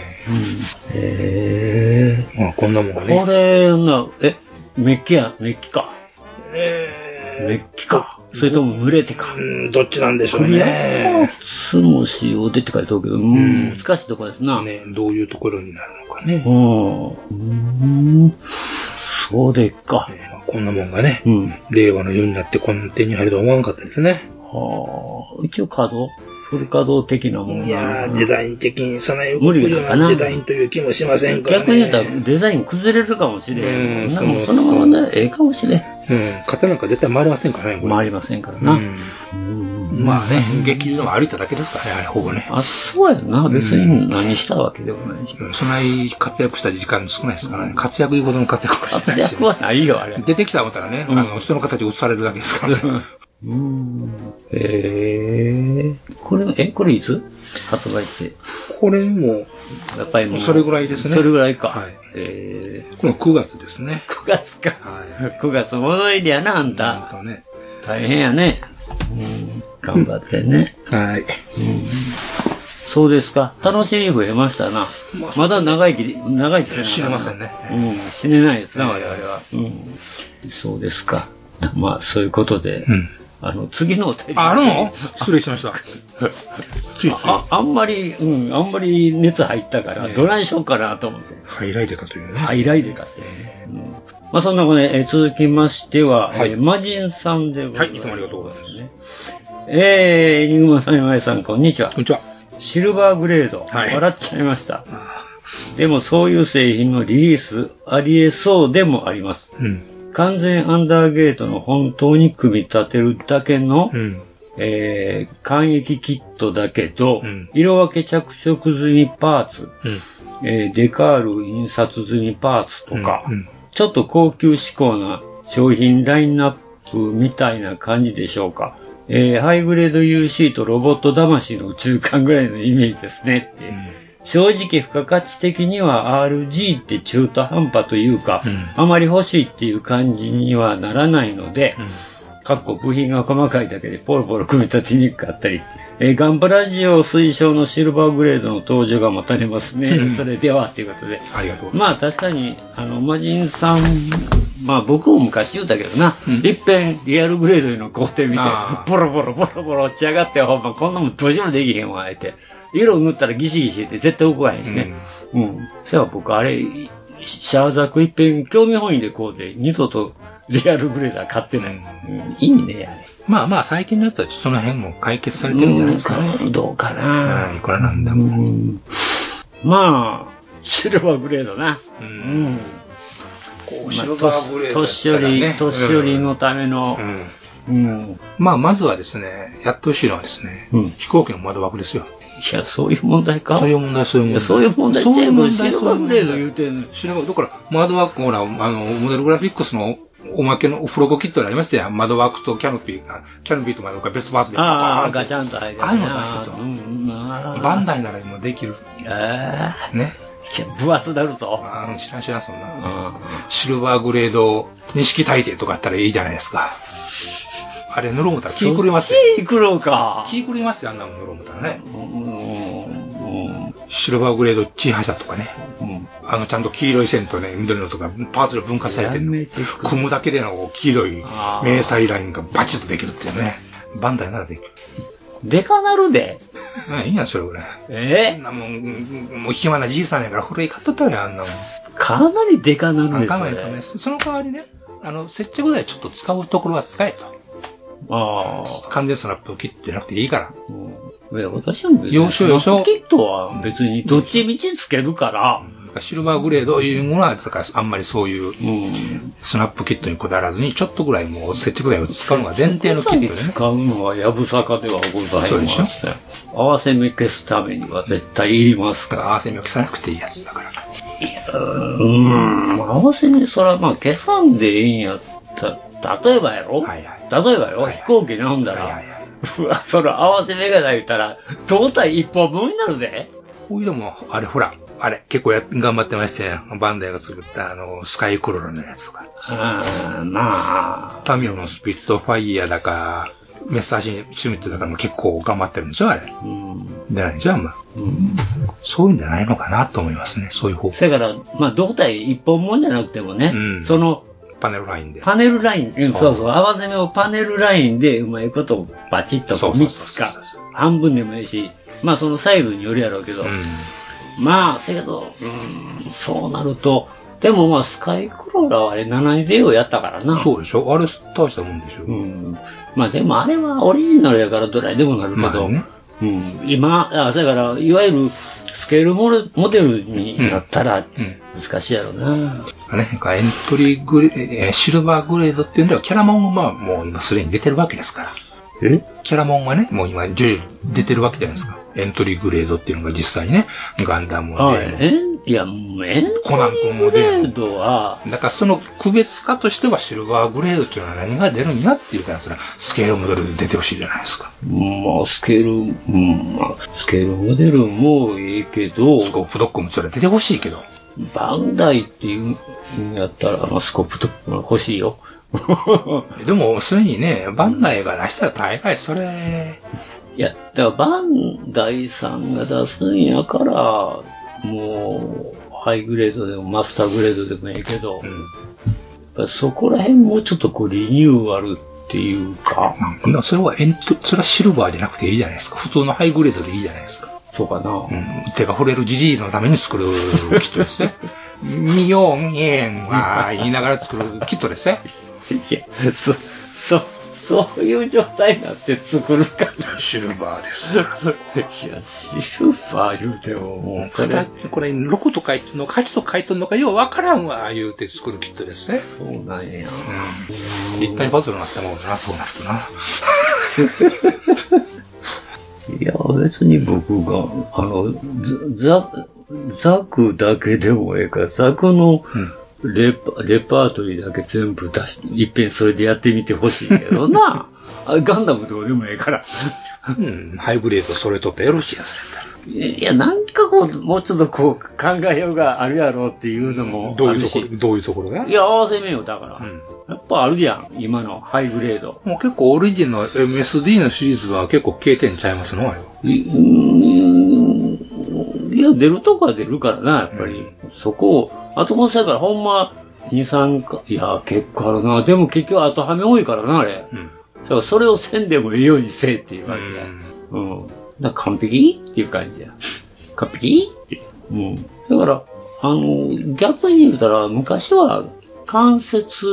Speaker 8: へえ。まあこんなもんがね。
Speaker 7: これな、え、メッキや、メッキか。メッキか。それとも群れてか。
Speaker 8: うんどっちなんでしょうね。
Speaker 7: スモシオでって書いてあるけど、うん、難しいところですな。
Speaker 8: ね、どういうところになるのかね。
Speaker 7: うん。そうでっか。
Speaker 8: まあこんなもんがね、令和の世になってこの手に入るとは思わなかったですね。
Speaker 7: はあ。一応稼働フル稼働的なもんが
Speaker 8: いやー、デザイン的に備え
Speaker 7: 無
Speaker 8: 動く
Speaker 7: 理
Speaker 8: よ
Speaker 7: な
Speaker 8: うん
Speaker 7: か
Speaker 8: な
Speaker 7: な
Speaker 8: デザインという気もしませんからね。
Speaker 7: 逆に言うたらデザイン崩れるかもしれん。
Speaker 8: うん
Speaker 7: なもう
Speaker 8: そ
Speaker 7: そうのままでええかもしれん。
Speaker 8: うん、型なんか絶対回りませんからね、これ。
Speaker 7: 回りませんからな。
Speaker 8: うんまあね、劇中でも歩いただけですからね、あれ、ほぼね。
Speaker 7: あ、そうやな。別に何したわけでも ないし。
Speaker 8: うんそんなに活躍した時間少ないですからね。活躍いうほどの活躍はしてないし、
Speaker 7: 役はないよ、あれ。
Speaker 8: 出てきた思ったらね、あの、人の形に映されるだけですからね。
Speaker 7: へえ。これ、え、これいつ発売って。
Speaker 8: これも、
Speaker 7: やっぱりもう。
Speaker 8: それぐらいですね
Speaker 7: それぐらいか。
Speaker 8: はい
Speaker 7: ええ。
Speaker 8: この9月ですね。
Speaker 7: 9月か。9月 物入りやな、あんた。
Speaker 8: またね。
Speaker 7: 大変やね。うん、頑張ってね。
Speaker 8: はい。
Speaker 7: そうですか。楽しみ増えましたな。まだ長生き、長生きせなあかんな
Speaker 8: 知れませんね。
Speaker 7: うん、死ねないですな、我々は。うん。そうですか。まあ、そういうことで、あの、次のお便り。
Speaker 8: ああるの失礼しました。ついつい。
Speaker 7: ああんまり、うん、あんまり熱入ったから、どないしようかなと思って。
Speaker 8: ハイライデカというね。
Speaker 7: ハイライデカって。うんまあ、そんなことで、えー続きましては、えーマジンさんでございます。はい、いつもありがとうございます。えー、エニグマさん、今井さん、こんにちは。こん
Speaker 8: にちは。
Speaker 7: シルバーグレード、笑っちゃいました。でも、そういう製品のリリース、ありえそうでもあります。
Speaker 8: うん。
Speaker 7: 完全アンダーゲートの本当に組み立てるだけの、
Speaker 8: うん。
Speaker 7: えー、簡易キットだけど、
Speaker 8: ん
Speaker 7: 色分け着色済みパーツ、
Speaker 8: うん。
Speaker 7: えーデカール印刷済みパーツとか、
Speaker 8: うん。
Speaker 7: ちょっと高級志向な商品ラインナップみたいな感じでしょうか。えーハイグレード UC とロボット魂の中間ぐらいのイメージですねって。正直付加価値的には RG って中途半端というか、あまり欲しいっていう感じにはならないので、かっこ部品が細かいだけでポロポロ組み立てにくかったり、えーガンプラジオ推奨のシルバーグレードの登場が待たれますね。
Speaker 8: うん
Speaker 7: それではということで。
Speaker 8: ありがとうござい
Speaker 7: まあ確かに、あの、マジンさん、まあ僕も昔言うたけどな、いっぺんリアルグレードへの工程見て
Speaker 8: あ、
Speaker 7: ボロボロボロボロ落ち上がって、ほんまこんなもんどうしようもできへんわ、えて。色塗ったらギシギシって絶対動かへんしね。うん。そや僕あれ、シャーザクいっぺん興味本位でこうで、二度とリアルグレードは買ってない。うん、意味ねえやね。
Speaker 8: ます。まあまあ、最近のやつはその辺も解決されてるんじゃないですかね。
Speaker 7: うんどうかな。
Speaker 8: いくらなんでも。
Speaker 7: うんまあ、シルバーグレードな。うん
Speaker 8: こう、
Speaker 7: まあ
Speaker 8: シルバーグレードだ
Speaker 7: 年
Speaker 8: ったらね、
Speaker 7: 寄り、年寄りのための
Speaker 8: う、ん。
Speaker 7: うん。
Speaker 8: まあ、まずはですね、やってほしいのはですね、
Speaker 7: うん
Speaker 8: 飛行機の窓枠ですよ。
Speaker 7: いや、そういう問題か。
Speaker 8: そういう問題、そういう問題。
Speaker 7: いやそういう問題ちゃう
Speaker 8: そういう問題
Speaker 7: シルバーグレード言うてんの。
Speaker 8: シルバーだから、窓枠、ほら、あの、モデルグラフィックスのおまけのおプロゴキットにありましたよ。窓枠とキャノピーが、キャノピーと窓枠がベストパーツで。
Speaker 7: ああ、
Speaker 8: バ
Speaker 7: ガチャンと入る。
Speaker 8: ああいうの出してと
Speaker 7: うん、ああ
Speaker 8: ンダイならもうできる。
Speaker 7: え
Speaker 8: ね。
Speaker 7: え。いや、分厚なるぞ。
Speaker 8: あの、知らん知らん、そん
Speaker 7: う
Speaker 8: な。
Speaker 7: ん。
Speaker 8: シルバーグレード、錦大帝とかあったらいいじゃないですか。あれ、塗ろう思ったら気狂いますよ。
Speaker 7: いくろうか。
Speaker 8: 気狂いますよ、あんなもん塗ろう思ったらね。
Speaker 7: うんうん
Speaker 8: シルバーグレードチーハシャとかね。
Speaker 7: うん
Speaker 8: あの、ちゃんと黄色い線とね、緑のとか、パーツが分割されてる
Speaker 7: や
Speaker 8: の
Speaker 7: めてく。れ
Speaker 8: 組むだけでの黄色い
Speaker 7: あー
Speaker 8: 迷彩ラインがバチッとできるっていうね。バンダイならできる。
Speaker 7: でかなるで。
Speaker 8: うんいいや、それぐらい。あん
Speaker 7: ええ。
Speaker 8: なもんうん、もう暇なじいさんやから、古い買っとったらあんなもん。
Speaker 7: かなりでかなる
Speaker 8: あ
Speaker 7: で
Speaker 8: かん
Speaker 7: す
Speaker 8: ないかんない
Speaker 7: ね。
Speaker 8: その代わりね、あの、接着剤ちょっと使うところは使えと。
Speaker 7: ああ。
Speaker 8: 完全スラップ切ってなくていいから。
Speaker 7: うんいや、私は別に。
Speaker 8: よしょよしょ
Speaker 7: キットは別にどっちみちつけるから。
Speaker 8: だからシルバーグレードいうものは、だからあんまりそういう
Speaker 7: うん。
Speaker 8: スナップキットにこだわらずに、ちょっとぐらいもう接着剤を使うのが前提のキットでね。
Speaker 7: 使うのはやぶさかではござい
Speaker 8: そうで
Speaker 7: ま
Speaker 8: しょ
Speaker 7: せん。合わせ目消すためには絶対いります
Speaker 8: だ
Speaker 7: か
Speaker 8: から合わせ目を消さなくていいやつだから。
Speaker 7: ら。うーん。合わせ目、それはまあ消さんでいいんやった。例えばやろ、
Speaker 8: はいはい
Speaker 7: 例えばよ、飛行機なんだら、
Speaker 8: はいはいう
Speaker 7: わ、その合わせ目がないったら、胴体一本分になるぜ。
Speaker 8: こういうのも、あれほら、あれ、結構や頑張ってましたよ。バンダイが作った、あの、スカイクロラのやつとか。
Speaker 7: ああ、まあ。
Speaker 8: タミオのスピットファイヤーだか、メッサージシュミットだからも結構頑張ってるんでしょ、あれ。じゃないじゃん、まあ。そういうんじゃないのかなと思いますね、そういう方
Speaker 7: だから、まあ、胴体一本もんじゃなくてもね、その、
Speaker 8: パネルラインで。
Speaker 7: パネルライン、うんそうそう、合わせ目をパネルラインでうまいことをバチッとこう3つか、半分でもいいし、まあそのサイズによるやろうけど、まあ、せやけど、うん、そうなると、でもまあスカイクローラーはあれ7 0をやったからな。
Speaker 8: そうでしょあれ大したもんでしょ
Speaker 7: うん。まあでもあれはオリジナルやからどないでもなるけど、うん、今、あ、そやから、いわゆるスケールモデルモデルになったら難しいやろうな。
Speaker 8: ね、なんかエントリーグレード、えーシルバーグレードっていうのはキャラモンもまあもう今すでに出てるわけですから。
Speaker 7: え
Speaker 8: キャラモンがね、もう今徐々に出てるわけじゃないですか。エントリーグレードっていうのが実際にね、ガンダム
Speaker 7: あ
Speaker 8: で、
Speaker 7: えいや、もうエン
Speaker 8: コナン君も
Speaker 7: トリー
Speaker 8: 出
Speaker 7: グレ
Speaker 8: る。
Speaker 7: ードは、
Speaker 8: だからその区別化としてはシルバーグレードっていうのは何が出るんやっていうから、それはスケールモデルで出てほしいじゃないですか。
Speaker 7: まあ、スケール、うん、まあスケールモデルもええけど、ス
Speaker 8: コープドックもそれ出てほしいけど。
Speaker 7: バンダイっていうんやったら、まあ、スコープドックも欲しいよ。
Speaker 8: でも、すでにね、バンダイが出したら大概それ、
Speaker 7: いや、だからバンダイさんが出すんやから、もう、ハイグレードでもマスターグレードでもええけど、そこら辺もうちょっとこうリニューアルっていうか、
Speaker 8: でもそれはエント、それはシルバーじゃなくていいじゃないですか。普通のハイグレードでいいじゃないですか。
Speaker 7: そうかな。
Speaker 8: うん。手が触れるじじいのために作るキットですね。ミヨンエンは言いながら作るキットですね。
Speaker 7: いや、そ、 そ、そういう状態になって作るかな。
Speaker 8: シルバーです。
Speaker 7: いや、シルバー言うても、もうそれ、
Speaker 8: 形これ、6と書いてんのか、8と書いてんのか、ようわからんわ、言うて作るキットですね。
Speaker 7: そうなんや。
Speaker 8: うん。立体パズルになったもんだな、そうなるとな。
Speaker 7: いや、別に僕が、あの、ザ、ザザクだけでもええから、ザクのレパ,、レパートリーだけ全部出して、いっぺんそれでやってみてほしいけど な。あガンダムどうでもええから。
Speaker 8: うん、ハイブレード、それとペロシアス。
Speaker 7: いや、なんかこう、もうちょっとこう、考えようがあるやろうっていうのも
Speaker 8: ど
Speaker 7: あ
Speaker 8: ういう
Speaker 7: る
Speaker 8: とこ
Speaker 7: し。
Speaker 8: ろ、どういうところが
Speaker 7: いや、合わせ目よ、だから。やっぱあるやん、今のハイグレード。
Speaker 8: もう結構オリジンの MSD のシリーズは結構経点ちゃいますのあれは。
Speaker 7: いや、出るとこは出るからな、やっぱり。そこを、あとこの際からほんま、2、3か、いや、結構あるな。でも結局後はめ多いからな、あれ。だからそれをせんでもええようにせえって言われて。うん。だから完璧っていう感じや。完璧って。うん。だから、あの、逆に言うたら、昔は関節、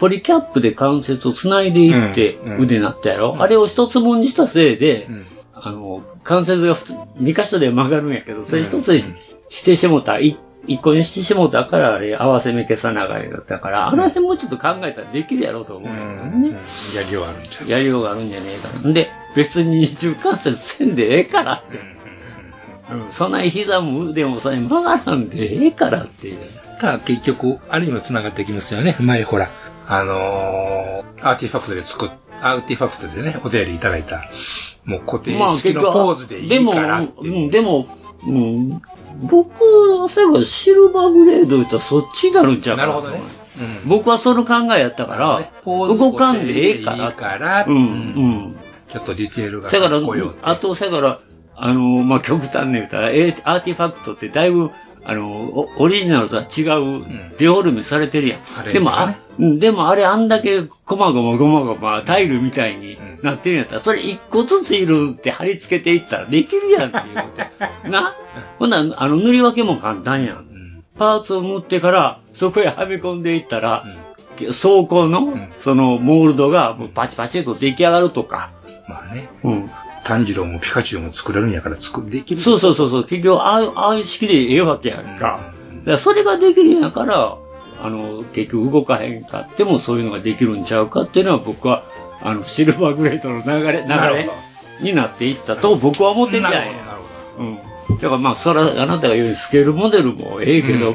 Speaker 7: ポリキャップで関節をつないでいって
Speaker 8: うんうん
Speaker 7: 腕になったやろ、あれを一つもんにしたせいで、あの、関節がふつ二箇所で曲がるんやけど、それ一つにしてしもた、い一個にしてしもたから、あれ合わせ目消さなあかんやろだから、あの辺もちょっと考えたらできるやろうと思うよね。
Speaker 8: やりようあるんちゃ
Speaker 7: やりようがあるんじゃねえかな。で、別に二重関節せんでええからって。うん、そんな膝も腕もそれ曲がらんでええからっていう。
Speaker 8: うただ結局、あれにも繋がってきますよね。前ほら、あのー、アーティファクトで作っ、アーティファクトでね、お便りいただいた、もう固定式のポーズでいいからって
Speaker 7: でも、うん、でも、うん、僕は最後シルバーグレード言ったらそっちになるんちゃうかな。なるほどね。僕はその考えやったから、動かんでええから。
Speaker 8: から、
Speaker 7: うん、うん。
Speaker 8: ちょっとディテールが
Speaker 7: せやか
Speaker 8: からっこよ。、
Speaker 7: あと、せやから、あの、まあ、極端に言うたら、えアーティファクトってだいぶ、あの、おオリジナルとは違う、デフォルメされてるやん。
Speaker 8: レンジがね
Speaker 7: でも、あ、うんでもあれあんだけ、こまごまごまごま、タイルみたいになってるんやったら、それ一個ずついるって貼り付けていったらできるやんっていう こと。なほんなら、あの、塗り分けも簡単やん。パーツを塗ってから、そこへはめ込んでいったら、装甲の、その、モールドが、もうパチパチと出来上がるとか。
Speaker 8: まあね。
Speaker 7: うん。
Speaker 8: 炭治郎もピカチュウも作れるんやから作る、できる。
Speaker 7: そうそうそうそう、結局ああいう、ああいう式でええわけやんか。だからそれができるんやから、あの、結局動かへんかってもそういうのができるんちゃうかっていうのは僕は、あの、シルバーグレードの流れ、流
Speaker 8: なる
Speaker 7: れになっていったと僕は思ってたんや。うん。だからまあ、それはあなたが言うスケールモデルもええけど、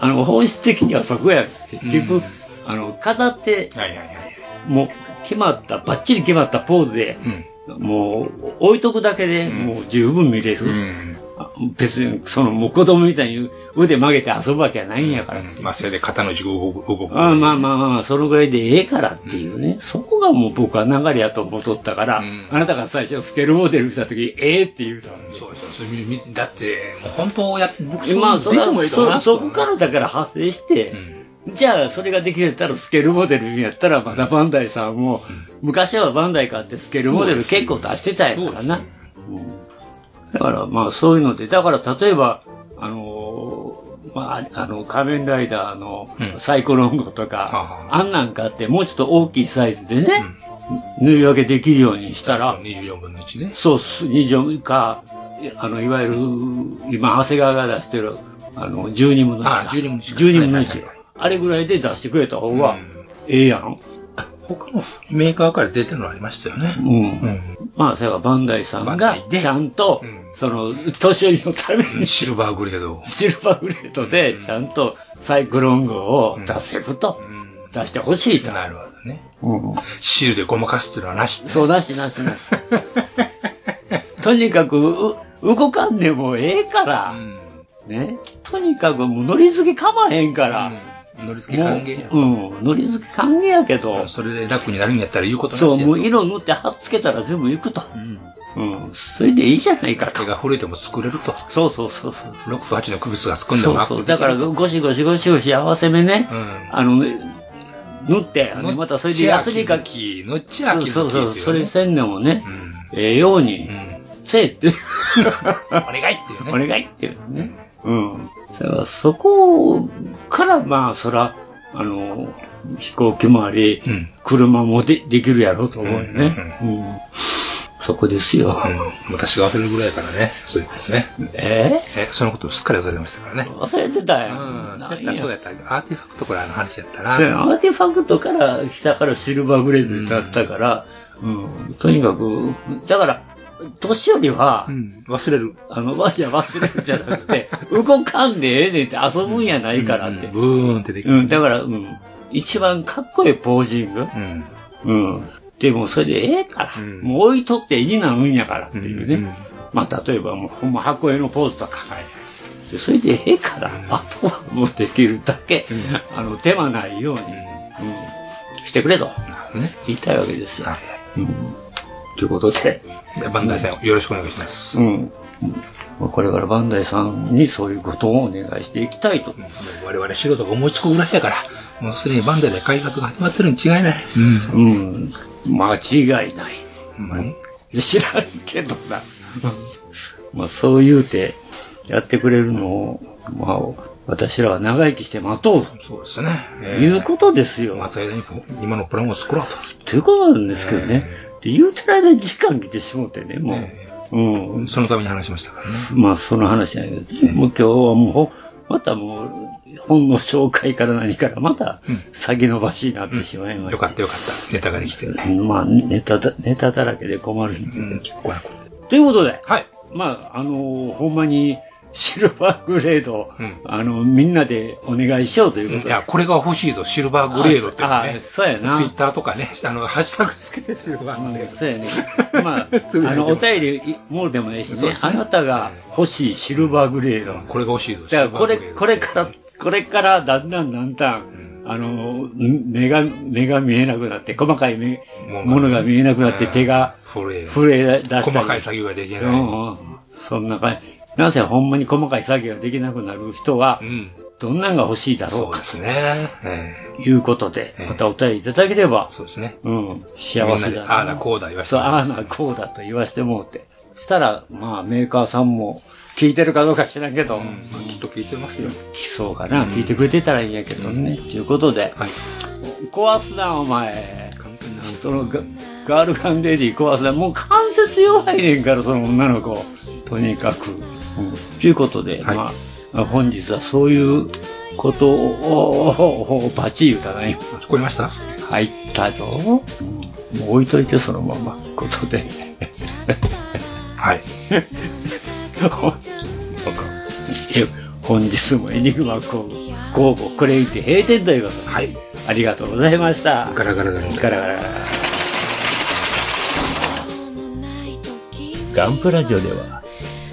Speaker 7: あの、本質的にはそこやん。結局、あの、飾って、もう決まった、バッチリ決まったポーズで、もう置いとくだけでもう十分見れる。別に、その、もう子供みたいに腕曲げて遊ぶわけはないんやから。
Speaker 8: まあ、それで肩の軸を動く。
Speaker 7: ああまあまあまあ、そのぐらいでええからっていうね。そこがもう僕は流れやと思っとったから、あなたが最初スケールモデル見たとき、ええって言うたのに。
Speaker 8: そうそうみみだって、もう本当やって、僕、
Speaker 7: まあ、
Speaker 8: そ
Speaker 7: そう
Speaker 8: 出てもいいと思う
Speaker 7: そそこからだから派生して、じゃあ、それができてたらスケールモデルにやったら、まだバンダイさんも、昔はバンダイ買ってスケールモデル結構出してたんやからな。うんだから、まあ、そういうので、だから、例えば、あのーまあ、あの、仮面ライダーのサイコロンゴとか、あんなん買って、もうちょっと大きいサイズでね、縫い分けできるようにしたら、
Speaker 8: 24分の1ね。
Speaker 7: そうっす、24か、あの、いわゆる、今、長谷川が出してる、あの、12分の1か。12分の1。12分の1。あれぐらいで出してくれた方が、ええやん。
Speaker 8: 他のメーカーから出てるのありましたよね。
Speaker 7: うん。まあ、それはバンダイさんが、ちゃんと、その、年寄りのために、
Speaker 8: シルバーグレード。
Speaker 7: シルバーグレードで、ちゃんとサイクロングを出せると、出してほしいと。
Speaker 8: なるほどね。
Speaker 7: うん。
Speaker 8: シールでごまかすっていうのはな し。
Speaker 7: そう、なしなし なし。とにかく、う動かんでもええから、ね。とにかく、もう、乗り付けかまへんから。
Speaker 8: 乗り付け歓迎や
Speaker 7: もううん、乗り付け歓迎やけど。
Speaker 8: それで楽になるんやったら言うことなし
Speaker 7: そう、
Speaker 8: や
Speaker 7: もう色塗って貼っつけたら全部いくと。うん。それでいいじゃないかと。
Speaker 8: 手が震えても作れると。
Speaker 7: そうそうそうそう。
Speaker 8: 6分8の区別が少んで
Speaker 7: そ
Speaker 8: も
Speaker 7: う
Speaker 8: な
Speaker 7: そう。だから、ゴシゴシゴシゴシ合わせ目ね。あのね、塗って、あのまたそれでヤスリか
Speaker 8: き。のっちゃき
Speaker 7: そうそうそう。それせんでもね、ええように、せえ って。お願
Speaker 8: いっていう
Speaker 7: ね。お願いっていうね。うん。だからそこから、まあ、そら、あの、飛行機もあり、車もでできるやろうと思うよね。うんそこですよ。
Speaker 8: 私が忘れるぐらいからね、そういうことね。
Speaker 7: え
Speaker 8: えそのことすっかり忘れてましたからね。
Speaker 7: 忘れてたやん。
Speaker 8: うん、そうやった、そうやった。アーティファクトからの話やったな。
Speaker 7: そうやアーティファクトから下からシルバーグレードだったから、うんとにかく、だから、年寄りは、
Speaker 8: 忘れる。
Speaker 7: あの、わしゃ忘れるじゃなく て、動かんでええねんって遊ぶんやないからって。
Speaker 8: ブーンってでき
Speaker 7: る。うん、だから、うん。一番かっこいいポージング。うん。でも、それでええから、もう置いとっていいなうんやからっていうね。まあ、例えば、もう、ほんま箱絵のポーズとか。でそれでええから、あとはもうできるだけ、あの、手間ないように、うん、してくれと、言いたいわけですよ。うん。ということで。
Speaker 8: バンダイさん、よろしくお願いします。
Speaker 7: うん。まあこれからバンダイさんにそういうことをお願いしていきたいと。
Speaker 8: 我々素人が思いつくぐらいやから、もうすでにバンダイで開発が始まってるに違いない。
Speaker 7: うん。間違いない。知らんけどな。まあそう言うて、やってくれるのを、まあ、私らは長生きして待とうと。
Speaker 8: そうですね。
Speaker 7: いうことですよ。
Speaker 8: 松枝に今のプランを作ろうと。
Speaker 7: ということなんですけどね。で言うてる間に時間来てしもうてね、もう。うん。
Speaker 8: そのために話しましたからね。
Speaker 7: まあ、その話なんやけどね、もう今日はもうほ、またもう、本の紹介から何から、また、先延ばしになってしまいました。よ
Speaker 8: かったよかった。ネタができてる。
Speaker 7: まあ、ネタだ、ネタだらけで困るんで。ということで、まあ、あのーほんまに、シルバーグレード、あの、みんなでお願いしようということ
Speaker 8: いや、これが欲しいぞ、シルバーグレードっていうの
Speaker 7: あ
Speaker 8: ね
Speaker 7: あ。そうやな
Speaker 8: ツイッターとかね、あの、ハッシュタグつけてシルバーグレード。
Speaker 7: そ うやね。まあ、あの、お便りもうでもいいしね、あなたが欲しいシルバーグレード。
Speaker 8: これが欲しいぞ。
Speaker 7: じゃあ、これ、これから、これからだんだんだんだん、あの、ん目が、目が見えなくなって、細かい目ものが見えなくなって、手が
Speaker 8: 震え、
Speaker 7: 震え出したり。
Speaker 8: 細かい作業ができない
Speaker 7: うんうんそんな感じ。なぜほんまに細かい作業ができなくなる人は、どんなんが欲しいだろうか。
Speaker 8: そうですね。
Speaker 7: いうことで、またお便りいただければ、そう
Speaker 8: ですね。
Speaker 7: うん。幸
Speaker 8: みんな
Speaker 7: せ
Speaker 8: で
Speaker 7: だ。
Speaker 8: ああだこうだ言わせて
Speaker 7: そう、ああなこうだと言わしてもうて。したら、まあ、メーカーさんも聞いてるかどうか知らんけど、
Speaker 8: きっと聞いてますよ。
Speaker 7: 来そうかな、聞いてくれてたらいいんやけどね。ということで、壊すな、お前。そのガガールガンレディ壊すな。もう関節弱いねんから、その女の子。とにかく。うんということで、まあ、本日はそういうことを、おおおバチ言うたな、今。
Speaker 8: 聞こえました
Speaker 7: 入ったぞ。うんもう置いといて、そのまま。ことで。
Speaker 8: はい。
Speaker 7: え本日もエニグマ工房これにて閉店ということで、はい、ありがとうございましたガラガラガラガラガラガラ
Speaker 13: ガンプラジオでは